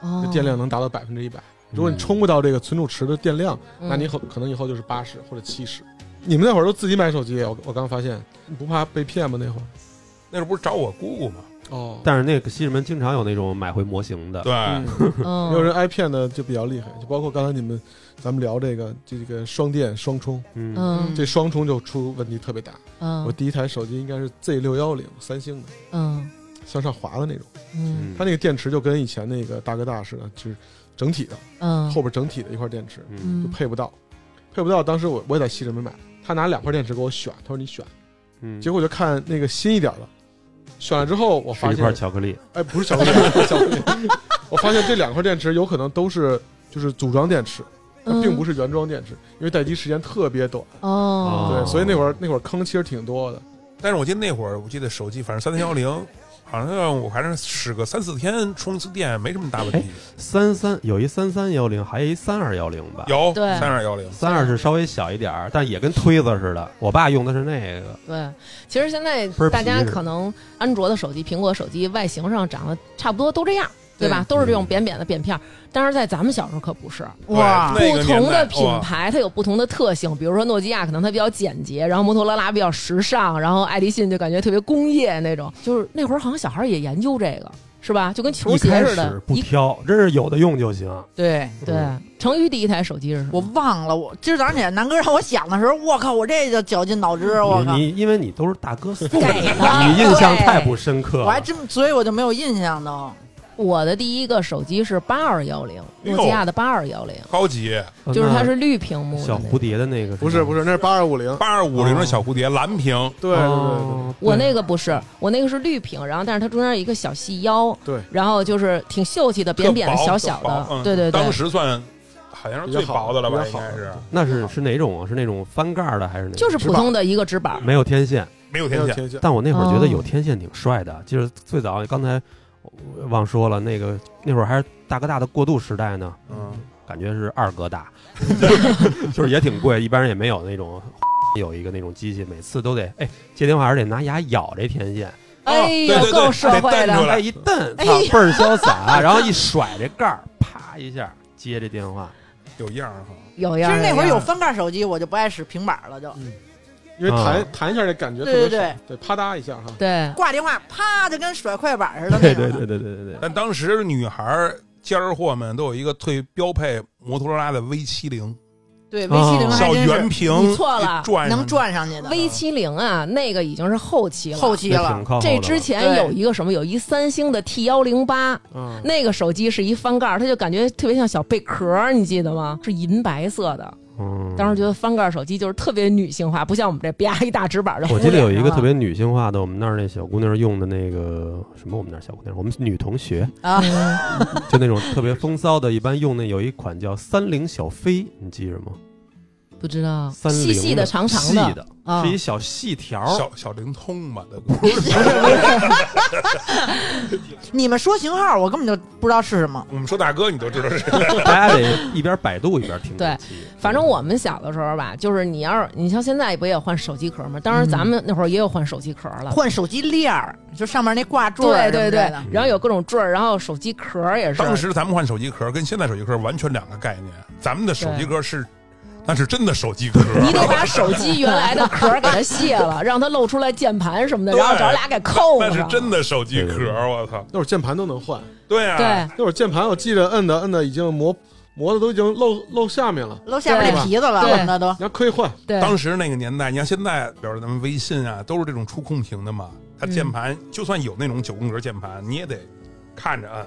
哦这电量能达到百分之一百。如果你冲不到这个存储池的电量，嗯那你可可能以后就是八十或者七十。你们那会儿都自己买手机，我我刚发现，你不怕被骗吗？那会儿那时候不是找我姑姑吗？哦，但是那个西直门经常有那种买回模型的，对，嗯嗯，有人挨骗的 <laughs> 就比较厉害，就包括刚才你们咱们聊这个这个双电双充，嗯，嗯这双充就出问题特别大。我嗯第一台手机应该是 Z 六幺零，三星的，嗯向上滑的那种，嗯它那个电池就跟以前那个大哥大似的，就是整体的，嗯，后边整体的一块电池嗯就嗯配不到，配不到。当时我我也在西直门买，他拿两块电池给我选，他说你选，嗯，结果我就看那个新一点的，选了之后我是发一块现，巧克力，哎，不是小克力，小克力， <laughs> 我发现这两块电池有可能都是就是组装电池，它并嗯不是是原装电池，因为待机时间特别短，哦，对，所以那会儿那会儿坑其实挺多的。但是我记得那会儿，我记得手机反正三三幺零，好像我还是使个三四天充一次电，没什么大问题。三三有一三三幺零，还有一三二幺零吧，有对三二幺零，三二是稍微小一点儿，但也跟推子似的。我爸用的是那个，对，其实现在倍儿大家皮实可能安卓的手机、苹果手机外形上长得差不多都这样，对吧？对都是这种嗯扁扁的扁片儿。但是在咱们小时候可不是，哇对，那不个年代同的品哇牌它有不同的特性，比如说诺基亚可能它比较简洁，然后摩托罗拉比较时尚，然后爱立信就感觉特别工业那种。就是那会儿好像小孩儿也研究这个，是吧？就跟球一鞋开似始的。不嗯一挑，真是有的用就行。对对，成昱第一台手机是什么？我忘了，我今儿早上起来南哥让我想的时候，我靠，我这就绞尽脑汁，我你靠，你因为你都是大哥送的，给的你印象太不深刻我还了。真，所以我就没有印象都。我的第一个手机是八二幺零，诺基亚的八二幺零，高级就是它是绿屏幕的哦小那蝴个蝶的那个，不是不是是，那是八二五零，八二五零的小蝴蝶蓝屏，对对吗，对哦我那个不是，我那个是绿屏，然后但是它中间有一个小细腰，对，然后就是挺秀气的，特扁扁的薄小小特薄的，嗯对对对当，时算好像是最薄的了吧，应该是那是是哪种啊？是那种翻盖儿的还是哪种？就是普通的一个直板，没有天线，没哦没有天有线，天线，但我那会儿觉得有哦天线挺帅的。就是最早刚才我忘说了，那个那会儿还是大哥大的过渡时代呢，嗯，感觉是二哥 <laughs> 大，就是也挺贵，一般人也没有那种。有一个那种机器，每次都得哎接电话还是得拿牙咬这天线，哎哦呦对对对够社会得瞪出的，来哎一蹬，哎操倍儿潇洒，然后一甩这盖儿，啪一下接这电话。有样儿哈。有其样儿。实那会儿样有儿翻盖手机，我就不爱使平板了，就因为啊弹弹一下这感觉特对对别爽，对，对，啪嗒一下哈，对，挂电话啪就跟甩快板似的，对对对，对对对对，但当时女孩儿尖儿货们都有一个最标配摩托罗拉的 V 七零对 V 七零还啊小真圆是屏，你错了一转能转上去的 V 七零啊，那个已经是后期了。后期那了挺，靠后这的之了前对有一个什么，有一三星的 T 幺零八，嗯，那个手机是一翻盖儿，它就感觉特别像小贝壳儿，你记得吗？是银白色的。嗯，当时觉得翻盖手机就是特别女性化，不像我们这啪一大直板的。我记得有一啊个特别女性化的，我们那儿那小姑娘用的那个什么，我们那儿小姑娘，我们女同学啊， <laughs> 就那种特别风骚的，一般用那有一款叫三菱小飞，你记着吗？不知道，三菱哦细细的、长长细的，的，啊是一小细条儿，小小灵通吧，那不是你们说型号我根本就不知道是什么，我们说大哥你都知道是谁，大家得一边百度一边听。对，反正我们小的时候吧，就是你要是你像现在不也有换手机壳吗？当然咱们那会儿也有换手机壳了。换手机链儿，就上面那挂坠儿对对什么之对类的，然后有各种坠儿，然后手机壳儿也是。当时咱们换手机壳跟现在手机壳完全两个概念，咱们的手机壳是那是真的手机壳， <laughs> 啊你得把手机原来的壳儿给它卸了，让它露出来键盘什么的，对然后找俩给扣那上。是真的手机对壳对，对我操，那会儿键盘都能换，对啊，对，那会儿键盘我记得摁的摁的已经磨磨的都已经露露下面了，露下面那皮子了对什么的都，然后可以换，对，当时那个年代，你像现在，比如咱们微信啊，都是这种触控屏的嘛，它键盘、就算有那种九宫格键盘，你也得看着按。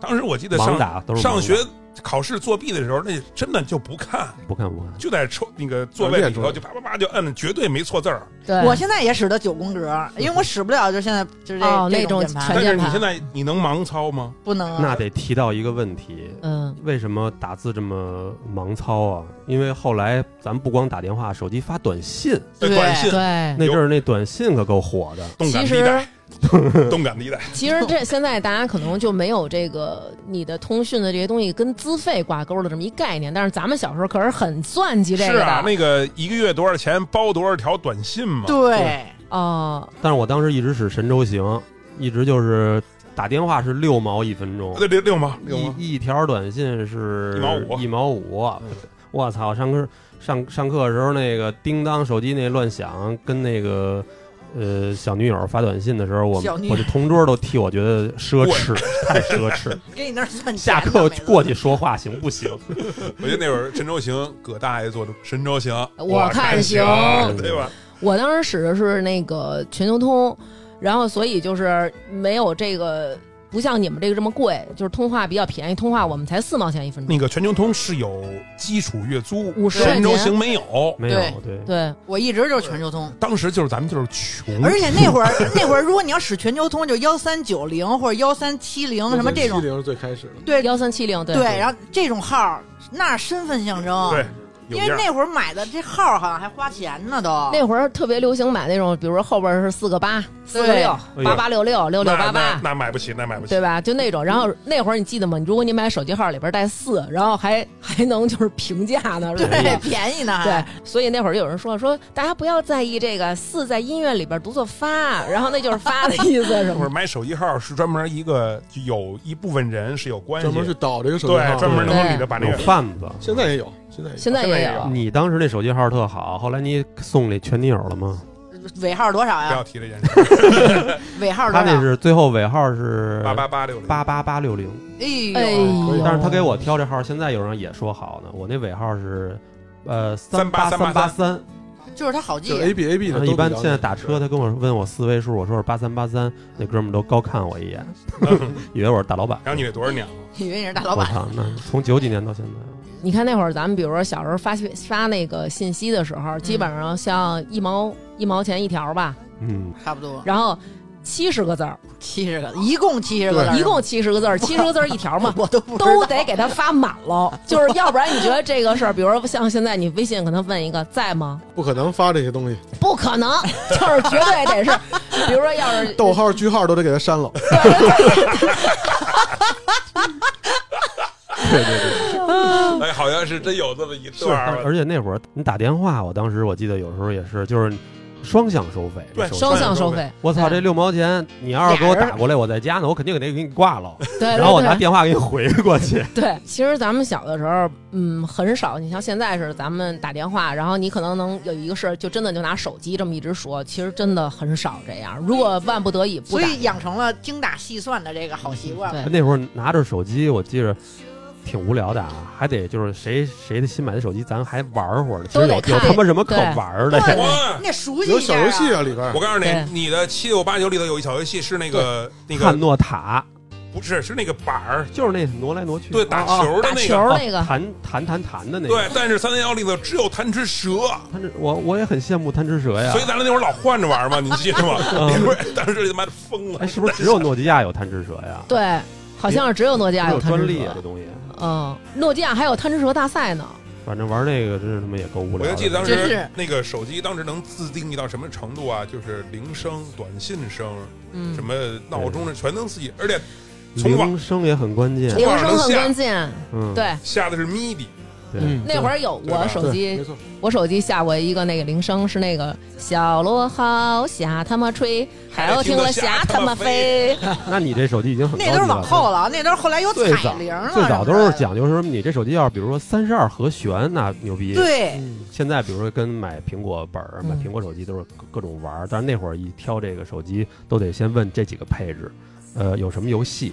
当时我记得盲上打都是盲上打学考试作弊的时候，那真的就不看，不看不看，就在抽那个座位里头软件中就啪啪啪就摁，绝对没错字儿。对，我现在也使得九宫格，因为我使不了，就现在就是这、哦这那种键盘全但是你键盘现在你能盲操吗？不能啊、那得提到一个问题，嗯为什么打字这么盲操啊？因为后来咱不光打电话，手机发短信，对，对短信对。那阵儿那短信可够火的。动感其地实带， <laughs> 动感地带，其实这现在大家可能就没有这个你的通讯的这些东西跟资费挂钩的这么一概念，但是咱们小时候可是很算计这是个的啊，那个一个月多少钱包多少条短信嘛？对，哦但是我当时一直使神州行，一直就是打电话是六毛一分钟，对六六毛，六毛一一条短信是一毛五嗯一毛五。我操，上课上上课的时候那个叮当手机那乱响，跟那个。呃，小女友发短信的时候，我小女我这同桌都替我觉得奢侈， <laughs> 太奢 <laughs> 侈。给你那儿算下钱呢课每次过去说话行不行？我觉得那会儿《神州行》，葛大爷做的《神州行》，我看看行对吧？我当时使的是那个全球通，然后所以就是没有这个，不像你们这个这么贵，就是通话比较便宜，通话我们才四毛钱一分钟，那个全球通是有基础月租， 50神州行没有。没有，对，嗯对，我一直就是全球通。当时就是咱们就是穷，而且那会儿， <laughs> 那会儿如果你要使全球通，就幺三九零或者幺三七零什么这种，零是最开始的，对幺三七零，对对，然后这种号儿那是身份象征，对，有啊因为样儿那会儿买的这号儿好像还花钱呢都，那会儿特别流行买那种，比如说后边是四个八、四个六、对八八六六、六六哎那八那八，那买不起，那买不起对。吧？就那种。然后那会儿你记得吗？你如果你买手机号里边带四，然后还 <laughs> 还能就是平价呢，是吧？对，便宜呢还，对，所以那会儿有人说说，大家不要在意这个“四”在音乐里边读作“发”，然后那就是“发”的意思，是那会吗儿？买手机号是专门一个就有一部分人是有关系，专门去倒这个手机号对，专门能对够理着把那有个贩子。现在也有，现在也有现在也有，你当时那手机号特好，后来你送给前女友了吗？尾号多少不要呀？提这件事儿。尾号多他那少？是最后尾号是八八八六零，八八八六零，哎哎啊呦，呦，但是他给我挑这号，现在有人也说好呢。我那尾号是呃三八八八三，就是它好就记，啊是 A B A B 然后的，一般现在打车，他跟我问我四位数，我说是八三八三，那哥们儿 <laughs> 都高看我一眼，以为我是大老板。然后你给多少年了？以为你是大老我板，操，那从九几年到现在，你看那会儿咱们比如说小时候发发那个信息的时候，基本上像一毛一毛钱一条吧，嗯，差不多然后七十个字儿，七十个，一共七十个字儿，。一共七十个字儿，七十个字儿一条嘛我都不知道都得给他发满喽， <laughs> 就是要不然你觉得这个事儿，比如说像现在你微信可能问一个在吗？不可能发这些东西，不可能，就是绝对得是，比如说要是逗号、句号都得给它删了。对对对，哎，好像是真有这么一是，段而儿。而且那会儿你打电话，我当时我记得有时候也是，就是双向收费。对手机双向收费，我操，这对六毛钱，你要是给我俩人打过来，我在家呢，我肯定给那给你挂了，对，然后我对拿电话给你回过去。对，其实咱们小的时候，嗯，很少。你像现在是咱们打电话，然后你可能能有一个事儿，就真的就拿手机这么一直说，其实真的很少这样。如果万不得已不所打，以养成了精打细算的这个好习惯。对那会儿拿着手机，我记着挺无聊的啊，还得就是谁谁的新买的手机，咱还玩会儿。其都实得有有看他妈什么可对玩儿的？呀？哇那熟悉有一小下游戏啊，啊里边我，告诉你对，你的七六八九里头有一小游戏是那个那汉个诺塔不是是那个板儿，就是那挪来挪去，对，打啊啊球的打哦那球个。哦那个，弹弹弹弹的那个。对，但是三三幺里头只有贪吃蛇，贪吃，我我也很羡慕贪吃蛇呀所。以咱们那会儿老换着玩嘛，你记得吗？啊 <laughs> 嗯那会儿当时他妈疯了哎，，是不是只有诺基亚有贪吃蛇呀？对，好像是只有诺基亚有贪吃专利啊，这蛇。东西。嗯，诺基亚还有贪吃蛇大赛呢。反正玩那个真是他妈也够无我聊的。就记得当真时是那个手机当时能自定义到什么程度啊？就是铃声、短信声、嗯什，么闹钟的，全能自己，而且从网铃声也很关键，铃声很关键。嗯，对，下的是 MIDI，对，那会儿有对吧我手机嗯没错，我手机下过一个那个铃声是那个小螺号瞎他妈吹，海鸥听了瞎他妈飞。那你这手机已经很高那级了都是往后了，那都是后来有最彩早铃了，最早都啊什么的是讲究说你这手机要是比如说三十二和弦，那牛逼。，对，现在比如说跟买苹果本儿、买苹果手机都是各各种玩儿，但是那会儿一挑这个手机都得先问这几个配置，呃，有什么游戏，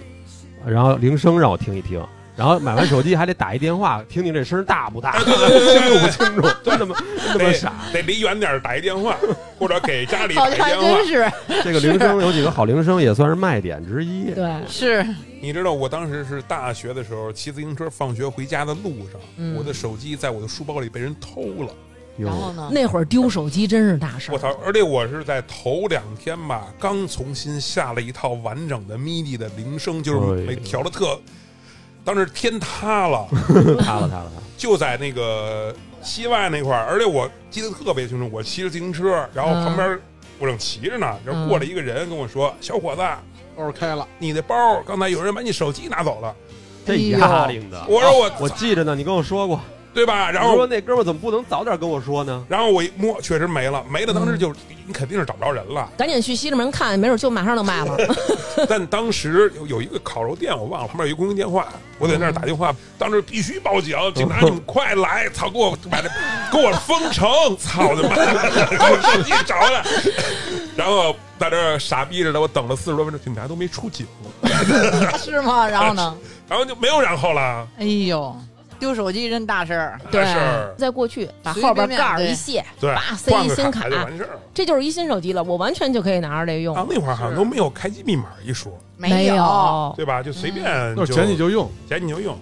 然后铃声让我听一听。然后买完手机还得打一电话，听听这声儿大不 <laughs> 大，清楚不清楚，真他妈真他妈 <laughs> 对傻。得离远点儿打一电话，或者给家里好打一像还电真话。是这个铃声有几个好铃声也算是卖点之一。对，是你知道我当时是大学的时候骑自行车放学回家的路上，嗯我的手机在我的书包里被人偷了。哟呢啊 <laughs> 那会儿丢手机真是大事儿。我操！而且我是在头两天吧，刚重新下了一套完整的 MIDI 的铃声，就是哎每呦调的特。当时天塌 <laughs> 了，塌了塌了塌了，就在那个西外那块儿，而且我记得特别清楚，我骑着自行车，然后嗯旁边我正骑着呢，然后过来一个人跟我说：“小伙子，包开了，你的包刚才有人把你手机拿走了。这压铃的”。哦哦我说我：“我记着呢，你跟我说过，对吧？然我说后那哥们儿怎么不能早点跟我说呢？然后我一摸，确实没了，没了。嗯当时就你肯定是找不着人了。 <laughs> 赶紧去西直门看，没准就马上能卖了。但当时有有一个烤肉店，我忘了，旁边有一公用电话，我在那儿打电话，当时必须报警，警察你们快来！操，给我把这给我 <laughs> 封城！操他妈的，给我手机找来！然后在这儿傻逼着的，我等了四十多分钟，警察都没 <laughs> 出警，是吗？然后呢？然后就没有然后了。哎呦，丢手机真大事儿。完事儿在过去把随后边便盖便儿对一卸，对叭，塞换一个新卡卡哦就，完事儿了。这就是一新手机了，我完全就可以拿着这用啊，。那会儿好像都没有开机密码一说，没哦有，对吧？就随便哦要是捡你就用，捡你就用。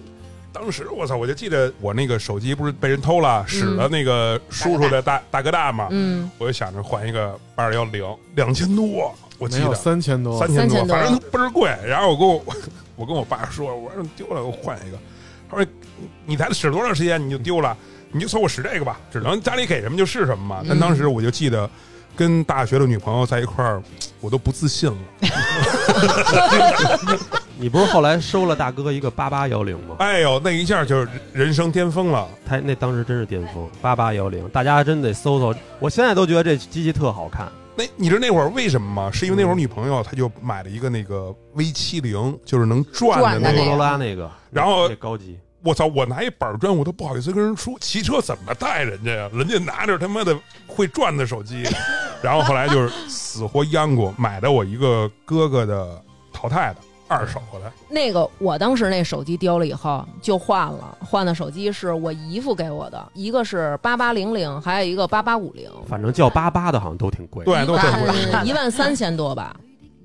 当时我操，我就记得我那个手机不是被人偷了，使了那个叔叔的大大哥大啊嘛，嗯，我就想着换一个八二幺零，两千多，我记没有得三千多，千三千多反正倍儿贵。然后我跟我 <laughs> 我跟我爸说，我说丢了，我换一个。他说你才使多长时间你就丢了，你就算我使这个吧，只能家里给什么就是什么嘛。但当时我就记得。跟大学的女朋友在一块儿，我都不自信了。你不是后来收了大哥一个八八幺零吗？哎呦，那一下就是人生巅峰了。他那当时真是巅峰，八八幺零，大家真得搜搜。我现在都觉得这机器特好看，那哎你知道那会儿为什么吗？是因为那会儿女朋友她就买了一个那个 V 七零，就是能转的那那转个摩个。托罗拉那个，然后那高级，我操！我拿一板砖，我都不好意思跟人说，骑车怎么带人 <laughs> 家呀？人家拿着他妈的会转的手机， <laughs> 然后后来就是死活央过，买的我一个哥哥的淘汰的二手的。那个我当时那手机丢了以后就换了，换的手机是我姨夫给我的，一个是八八零零，还有一个八八五零，反正叫八八的好像都挺贵。对，都挺贵。嗯，一万三千多吧。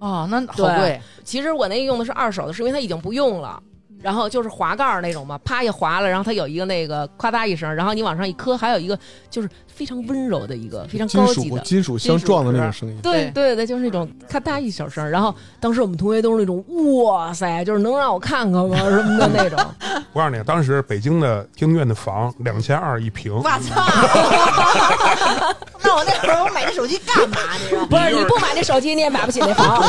哦，那好贵对，其实我那用的是二手的，是因为它已经不用了。然后就是滑盖儿那种嘛，啪一划了，然后它有一个那个咔嗒一声，然后你往上一磕，还有一个就是非常温柔的一个非常金高级属的，金属相撞的那种声音，对对对，就是那种咔嗒一小声。然后当时我们同学都是那种哇塞，就是能让我看看吗什么的那种。我告诉你，当时北京的京剧院的房两千二一平，我操！ <laughs> 那我那会儿我买这手机干嘛？你说 <laughs> 不是你不买那手机，你也买不起那房。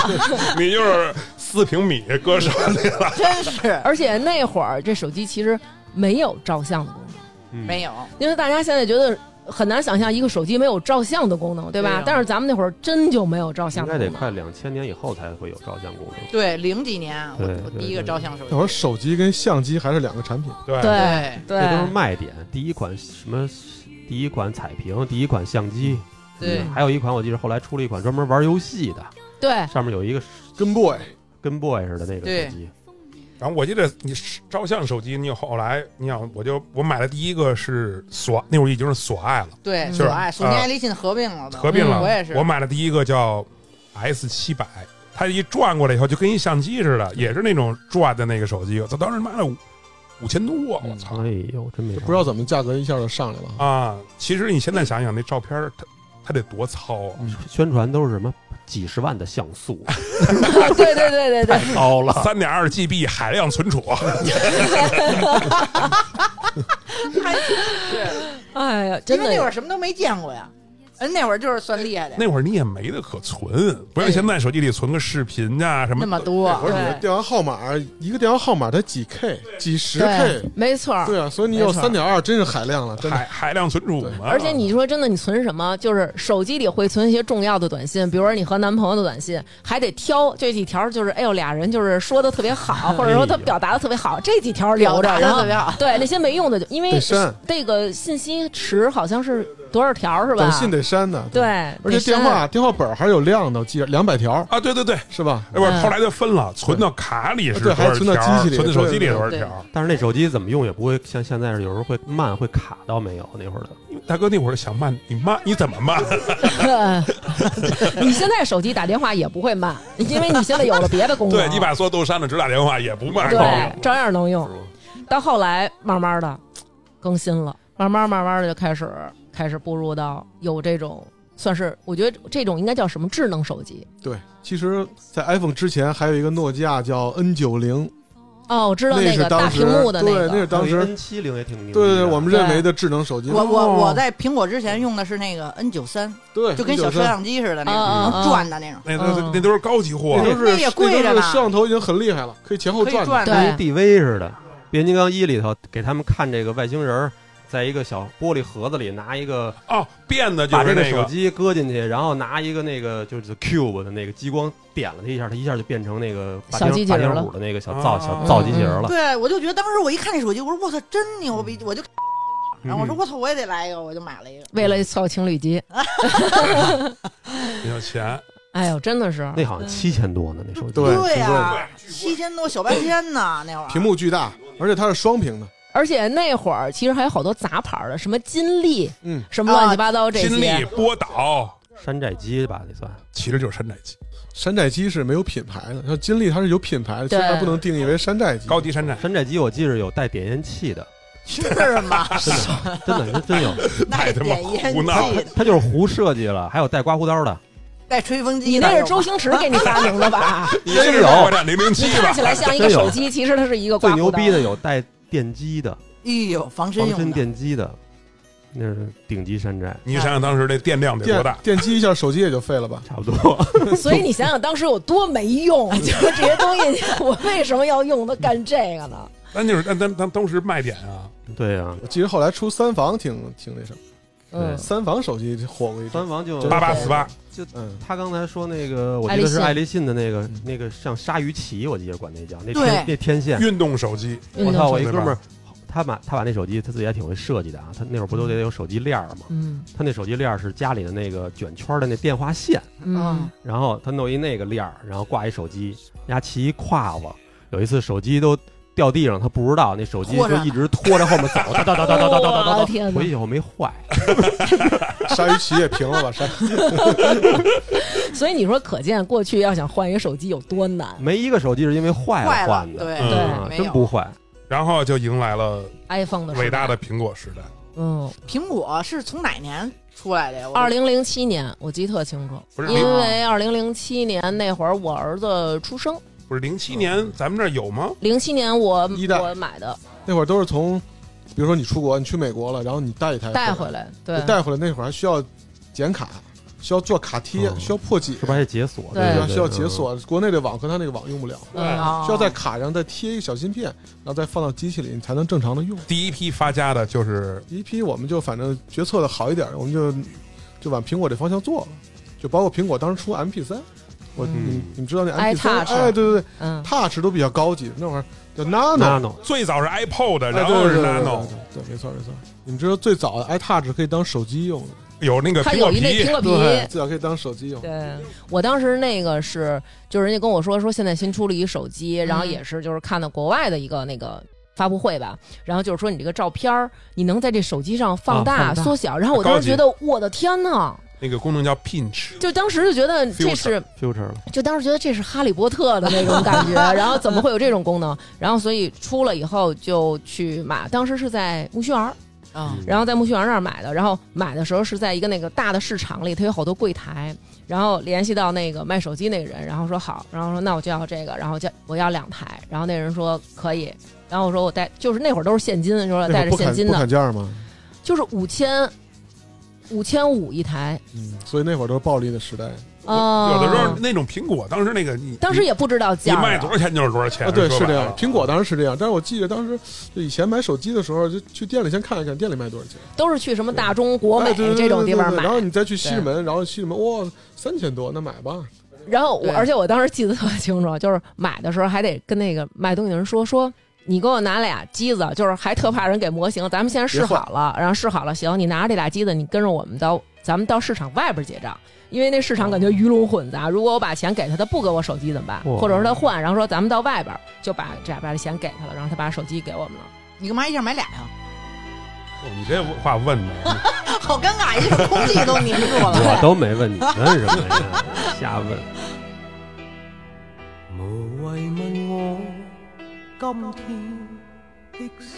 你就是四平米搁手里了。真是 <laughs> 而且那会儿这手机其实没有照相的功能，嗯没有，因为大家现在觉得很难想象一个手机没有照相的功能，对吧？对啊但是咱们那会儿真就没有照应相该的得功能。快两千年以后才会有照相功能。对，零几年我对我对第一个对照相手机那会，儿手机跟相机还是两个产品，对对那都是卖点，第一款什么，第一款彩屏，第一款相机，对还有一款我记得后来出了一款专门玩游戏的，对上面有一个跟 boy 跟 boy 似的那个手机，然后我记得你是照相手机，你后来你想，我就我买的第一个是索，那会儿已经是索爱了，对，就是索爱、索尼呃爱立信合并了都，合并了。嗯我也是，我买的第一个叫 S 七百，它一转过来以后就跟一相机似的，也是那种转的那个手机。我操，当时妈的五五千多，我操、哎呦，真没不知道怎么价格一下就上来了啊。啊！其实你现在想想，那照片儿它它得多糙啊！宣传都是什么几十万的像 <laughs> 素，对对对对对，太高了。三点二 GB 海量存储， <laughs> 哎呀，因真为那会儿的。什么都没见过呀，嗯，那会儿就是算厉害的，那会儿你也没得可存，不像对现在手机里存个视频啊什么那么多那，会儿你的对电话号码，一个电话号码才几 K，几十 K，没错儿，对啊，所以你有没错三点二，真是海量了，真的海海量存储嘛。而且你说真的，你存什么？就是手机里会存一些重要的短信，比如说你和男朋友的短信，还得挑这几条，就是哎呦俩人就是说的特别好，或者说他表达的特别好，这几条留着，表达得然后特别好对那些没用的，就因为得删这个信息池好像是多少条是吧？短信得删的，对，而且得删电 <laughs> 话电话本儿还是有量的，我记着两百条啊，对对对，是吧？哎，不是，嗯后来就分了，存到卡里是对多还少条，存到机器里存到手机里对多少对条。但是那手机怎么用也不会像现在是有时候会慢会卡到没有那会儿的，因为大哥那会儿想慢，你慢你怎么慢？你现在手机打电话也不会慢，因为你现在有了别的功能，对你把所有都删了，只打电话也不慢。嗯对照样能用是吗。到后来慢慢的更新了，慢慢慢慢的就开始开始步入到有这种算是我觉得这种应该叫什么智能手机对，其实，在 iPhone 之前还有一个诺基亚叫 N 九零，哦，我知道那那是个大当时屏幕的对，个，哦那是当时 N 七零也挺牛逼的。对对对，我们认为的智能手机，我我我在苹果之前用的是那个 N 九三，对，就跟小摄车像机似的那嗯嗯嗯种，能转的那种，那那那都是高级货那，都是那也贵着呢那都是摄像头已经很厉害了，可以前后可以转的。对转的。跟一 DV 似的，变形金刚一里头给他们看这个外星人儿在一个小玻璃盒子里拿一个，哦，变的就把是这那手机搁进去，然后拿一个那个就是 cube 的那个激光点了它一下，它一下就变成那个小把丁机器把人丁了嗯虎的那个哦小造啊小造机器人了。对，我就觉得当时我一看这手机，我说我操，真牛逼！我就，然后我说我操，我也得来一个，我就买了一个。为了凑情侣机，没有钱，哎呦，真的是那好像七千多呢，那手机。对呀、挺七千多小半千呢，那会儿屏幕巨大，而且它是双屏的，而且那会儿其实还有好多杂牌儿的，什么金立，嗯，什么乱七八糟这金些，立波导山寨机吧，那算。其实就是山寨机，山寨机是没有品牌的，像金立它是有品牌的，对所以它不能定义为山寨机。高低山寨，山寨机我记着有带点烟器的，是吗？真的真的真真有， <laughs> 带他妈点烟胡闹气，它就是胡设计了，还有带刮胡刀的， <laughs> 带吹风机。你那是周星驰给你发明的吧？你这是有国战零零你七吧看起？来像一个手机，其实它是一个刮最胡刀牛逼的有带电击的， <laughs> 哎呦，防身防用身的，电击的，那是顶级山寨， <laughs> 你想想当时那电量得多电大？电击一下手机也就废了吧？差不多。所以你想想当时有多没用，就是这些东西，我为什么要用它干这个呢？那就是那那那都是卖点啊，对呀、我记得后来出三防挺挺那什么，嗯，三防手机火过一阵三。王就对八八四八，嗯，他刚才说那个，我记得是爱立信的那个那个像鲨鱼鳍，我记得管那叫那天对那天线。运动手机，我操！我一对哥吧们儿，他把他把那手机他自己还挺会设计的啊。他那会儿不都得有手机链儿吗？嗯他那手机链儿是家里的那个卷圈儿的那电话线，嗯，然后他弄一那个链儿，然后挂一手机，压骑一胯子。有一次手机都掉地上，他不知道，那手机拖就着呢一直拖着后面走，哒哒哒哒哒哒哒我哒的哒哦天，哪回去以后没坏。鲨鱼鳍也平了吧？鲨所以你说，可见过去要想换一个手机有多难。没一个手机是因为坏坏了换，的，对嗯啊没有真不坏。然后就迎来了 iPhone 的时代伟大，的苹果时代。嗯，苹果是从哪年出来的呀？我二零零七年我记得特清楚，不是因为二零零七年那会儿我儿子出生，不是零七年，咱们这儿有吗？零七年我一代我买的那会儿都是从，比如说你出国，你去美国了，然后你带一台带回回来，对，带回来那会儿还需要剪卡，需要做卡贴，嗯需要破解，是不是还得解锁？对需要对嗯需要解。锁。国内的网和它那个网用不了，嗯，哦需要在卡上再贴一个小芯片，然后再放到机器里，你才能正常的用。第一批发家的就是第一批我们就反正决策的好一点，我们就就往苹果这方向做了，就包括苹果当时出 MP 三。我你嗯们你们知道那 MP 三？ iTouch 哎，对对对嗯， ，Touch 都比较高级，那会儿叫对 Nano， Nano 最早是 iPod，哎然后对是对对对 Nano，对，对没错没错。你们知道最早的 iTouch 可以当手机用的，有那个它苹有果一那苹皮，果皮。对，最早可以当手机用。对我当时那个是，就是人家跟我说说现在新出了一手机，然后也是就是看到国外的一个那个发布会吧，然后就是说你这个照片儿你能在这手机上放大、啊放大缩小，然后我当时觉得我的天呐，那个功能叫 Pinch，就当时就觉得这 Future 是 Future 了，就当时觉得这是哈利波特的那种感觉，然后怎么会有这种功能？然后所以出了以后就去买，当时是在木樨园儿，嗯然后在木樨园那儿买的，然后买的时候是在一个那个大的市场里，它有好多柜台，然后联系到那个卖手机那个人，然后说好，然后说那我就要这个，然后叫我要两台，然后那人说可以，然后我说我带，就是那会儿都是现金，说那会带儿着不现砍金不的，砍价吗？就是五千，五千五一台，嗯，所以那会儿都是暴利的时代啊，啊、有的时候那种苹果，当时那个你当时你也不知道你价儿啊，卖多少钱就是多少钱，哦对，说是白这样了。苹果当时是这样，但是我记得当时就以前买手机的时候，就去店里先看一看店里卖多少钱，都是去什么大中国美哎对对这种地方对对对买，然后你再去西直门，然后西直门哇三千多，那买吧。然后我，对而且我当时记得特清楚， <laughs> 就是买的时候还得跟那个卖东西的人说说。你给我拿俩机子，就是还特怕人给模型，咱们先试好了，然后试好了，行，你拿着这俩机子，你跟着我们到咱们到市场外边结账，因为那市场感觉鱼龙混杂。如果我把钱给他，他不给我手机怎么办？哇或者说他换，然后说咱们到外边就把这把这钱给他了，然后他把手机给我们了。你干嘛一下买俩呀？你这话问的， <laughs> 好尴尬，一下空气都凝住 <laughs> 了。我都没问你问什么呀，瞎问。无谓问我今天的事。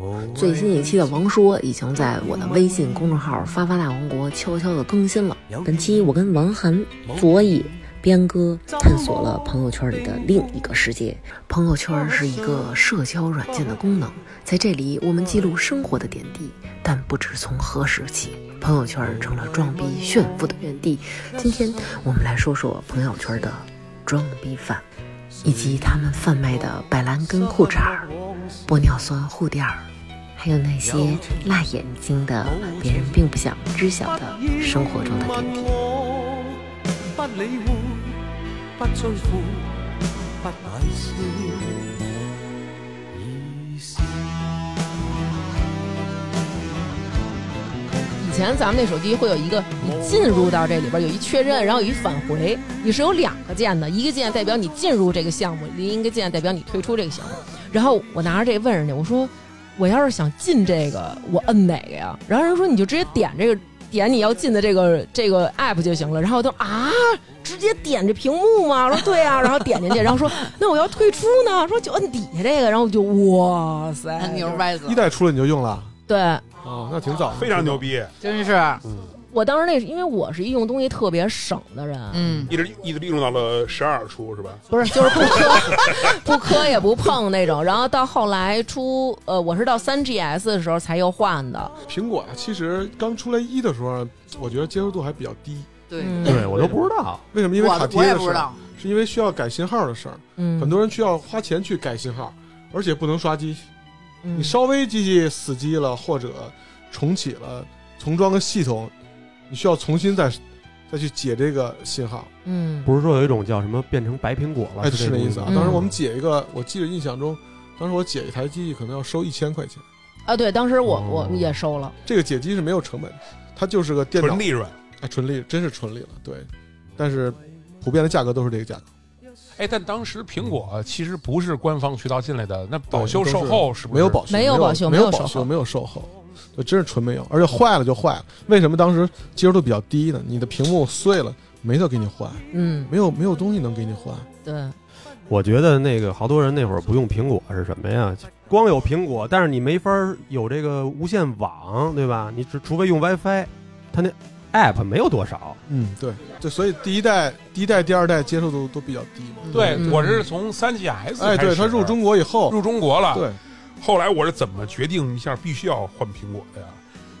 无謂最新一期的王说已经在我的微信公众号“发发大王国”悄悄的更新了。本期我跟王涵、佐以、边哥探索了朋友圈里的另一个世界。朋友圈是一个社交软件的功能，在这里我们记录生活的点滴，但不知从何时起，朋友圈成了装逼炫富的原地。今天我们来说说朋友圈的装逼犯，以及他们贩卖的板蓝根裤衩儿、玻尿酸护垫儿。还有那些辣眼睛的、别人并不想知晓的生活中的点滴。不理会，不追悔，不冷笑，已是以前咱们那手机会有一个，你进入到这里边有一确认，然后有一返回，你是有两个键的，一个键代表你进入这个项目，另一个键代表你退出这个项目。然后我拿着这问人家，我说我要是想进这个，我摁哪个呀？然后人说你就直接点这个点你要进的这个这个 app 就行了。然后我都啊，直接点这屏幕吗？我说对啊，然后点进去，然后说那我要退出呢，说就摁底下这个，然后我就哇塞，牛掰死一，代出了你就用了对，啊，那挺早，非 <laughs> 常牛。逼，真是，我当时那是因为我是一用东西特别省的人，嗯，一直一直利用到了十二出是吧？不是就是不磕不磕也不碰那种。然后到后来出呃，我是到三 GS 的时候才又换的，苹果呀，其实刚出来一的时候，啊我觉得接受度还比较低。对，嗯对我都不知道，为什么？因为卡我贴我也的不事知儿， <laughs> 道，是因为需要改信号的事儿，嗯，很多人需要花钱去改信号，而且不能刷机器。嗯你稍微机器死机了或者重启了，重装个系统，你需要重新再再去解这个信号。嗯不是说有一种叫什么变成白苹果了，哎，是那这个意思啊。嗯当时我们解一个，我记得印象中，当时我解一台机器可能要收一千块钱， <laughs> 啊，对，当时我我哦也收了，这个解机是没有成本的，它就是个电脑纯利润。哎，纯利真是纯利了，对。但是普遍的价格都是这个价格，哎，但当时苹果其实不是官方渠道进来的，那保修对售都是后是不是没有保修，没有有保修没没有保售后修，没有售后，对，真是纯没有。而且坏了就坏了，为什么当时接受度比较低呢？你的屏幕碎了，没得给你换，嗯，没有没有东西能给你换。对，我觉得那个好多人那会儿不用苹果是什么呀？光有苹果，但是你没法儿有这个无线网，对吧？你只除非用 WiFi，它那 App 没有多 <laughs> 少。嗯，对，对，所以第一代、第一代、第二代接受度都比较低嘛。对嗯我是从三 GS 哎，开对，始它入中啊国以后，入中国了，对，后来我是怎么决定一下必须要换苹果的呀？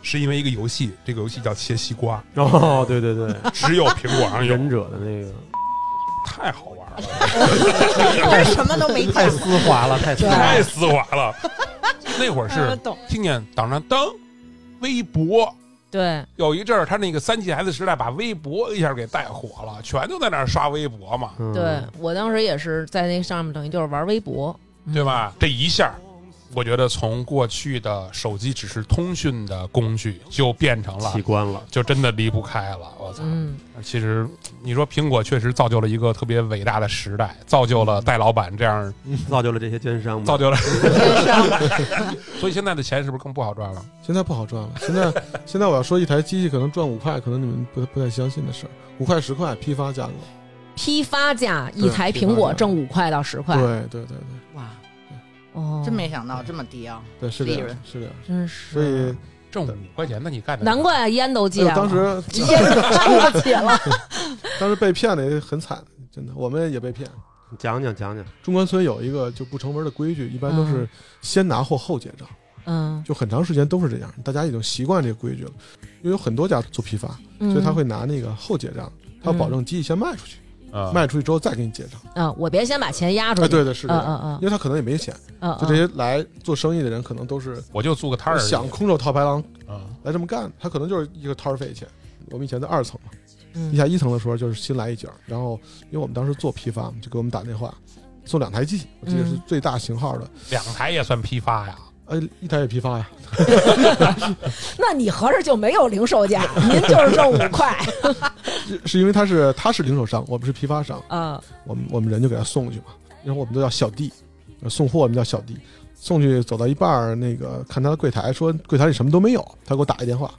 是因为一个游戏，这个游戏叫切西 <laughs> 瓜，哦，对对对，只有苹果上有，忍者的那个太好玩了，我什么都没 <laughs> 太见过，丝滑了， <laughs> 太丝滑太了。丝滑 <laughs> 了。那会儿是懂，听见当当当，微博对，有一阵儿，他那个三 GS 时代把微博一下给带火了，全都在那儿刷微博嘛，嗯对，我当时也是在那上面，等于就是玩微博，嗯对吧？这一下，我觉得从过去的手机只是通讯的工具，就变成了器。官了。就真的离不开了，我操！嗯，其实你说苹果确实造就了一个特别伟大的时代，造就了戴老板这嗯样，造就了这些奸商嘛。造就 <laughs> 了，真是。啊 <laughs> 所以现在的钱是不是更不好赚了？现在不好赚了。现在现在我要说一台机器可能赚五块，可能你们不不太相信的事儿，五块十块批发价格。批发价一对台批苹发果价挣五块到十块，对对对对哇，哦，真没想到这么低啊！对，是这利样润的，是这样的。真是，嗯所以，挣五块钱，那你干的难怪烟都戒哎呦了，当时烟 <laughs> 都抽不起了，当时被骗的也很惨，真的，我们也被骗。你讲讲讲讲，中关村有一个就不成文的规矩，一般都是先拿货后结账，嗯，就很长时间都是这样，大家已经习惯这个规矩了。因为有很多家做批发，嗯所以他会拿那个后结账，他要保证机器先卖出去，啊卖出去之后再给你结账。嗯，啊我别先把钱压出哎，去，对对是嗯这样，嗯嗯因为他可能也没钱，嗯，就这些来做生意的人可能都是我就租个摊儿而已，想空手套白狼啊，来这么干，他可能就是一个摊儿费钱。我们以前在二层嘛，嗯地下一层的时候就是新来一家，然后因为我们当时做批发嘛，就给我们打电话，送两台机器，我记得是嗯最大型号的，两台也算批发呀。呃、一台也批发呀，那你合着就没有零售价，您就是挣五 <laughs> 块。是是因为他是他是零售商，我们是批发商，嗯我们我们人就给他送过去嘛，然后我们都叫小弟，呃送货我们叫小弟，送去走到一半儿，那个看他的柜台说柜台里什么都没有，他给我打一电话，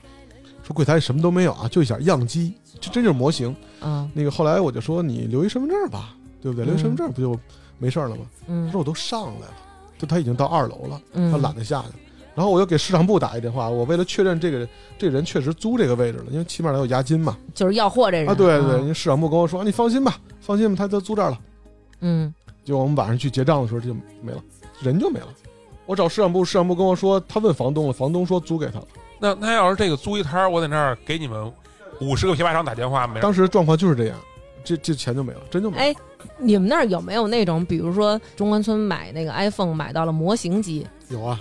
说柜台里什么都没有啊，就一点样机，这真就是模型。嗯那个后来我就说你留一身份证吧，对不对？嗯留一身份证不就没事儿了吗？他嗯说我都上来了，就他已经到二楼了，嗯，他懒得下去。然后我又给市场部打一电话，我为了确认这个人这个人确实租这个位置了，因为起码得有押金嘛。就是要货这人啊，对对对，人，家市场部跟我说，啊你放心吧，放心吧，他都租这儿了。嗯结果我们晚上去结账的时候就没了，人就没了。我找市场部，市场部跟我说，他问房东了，房东说租给他了。那那要是这个租一摊儿，我在那儿给你们五十个批发商打电话，没人当时状况就是这样，这这钱就没了，真就没了。哎，你们那儿有没有那种，比如说中关村买那个 iPhone 买到了模型机，有啊，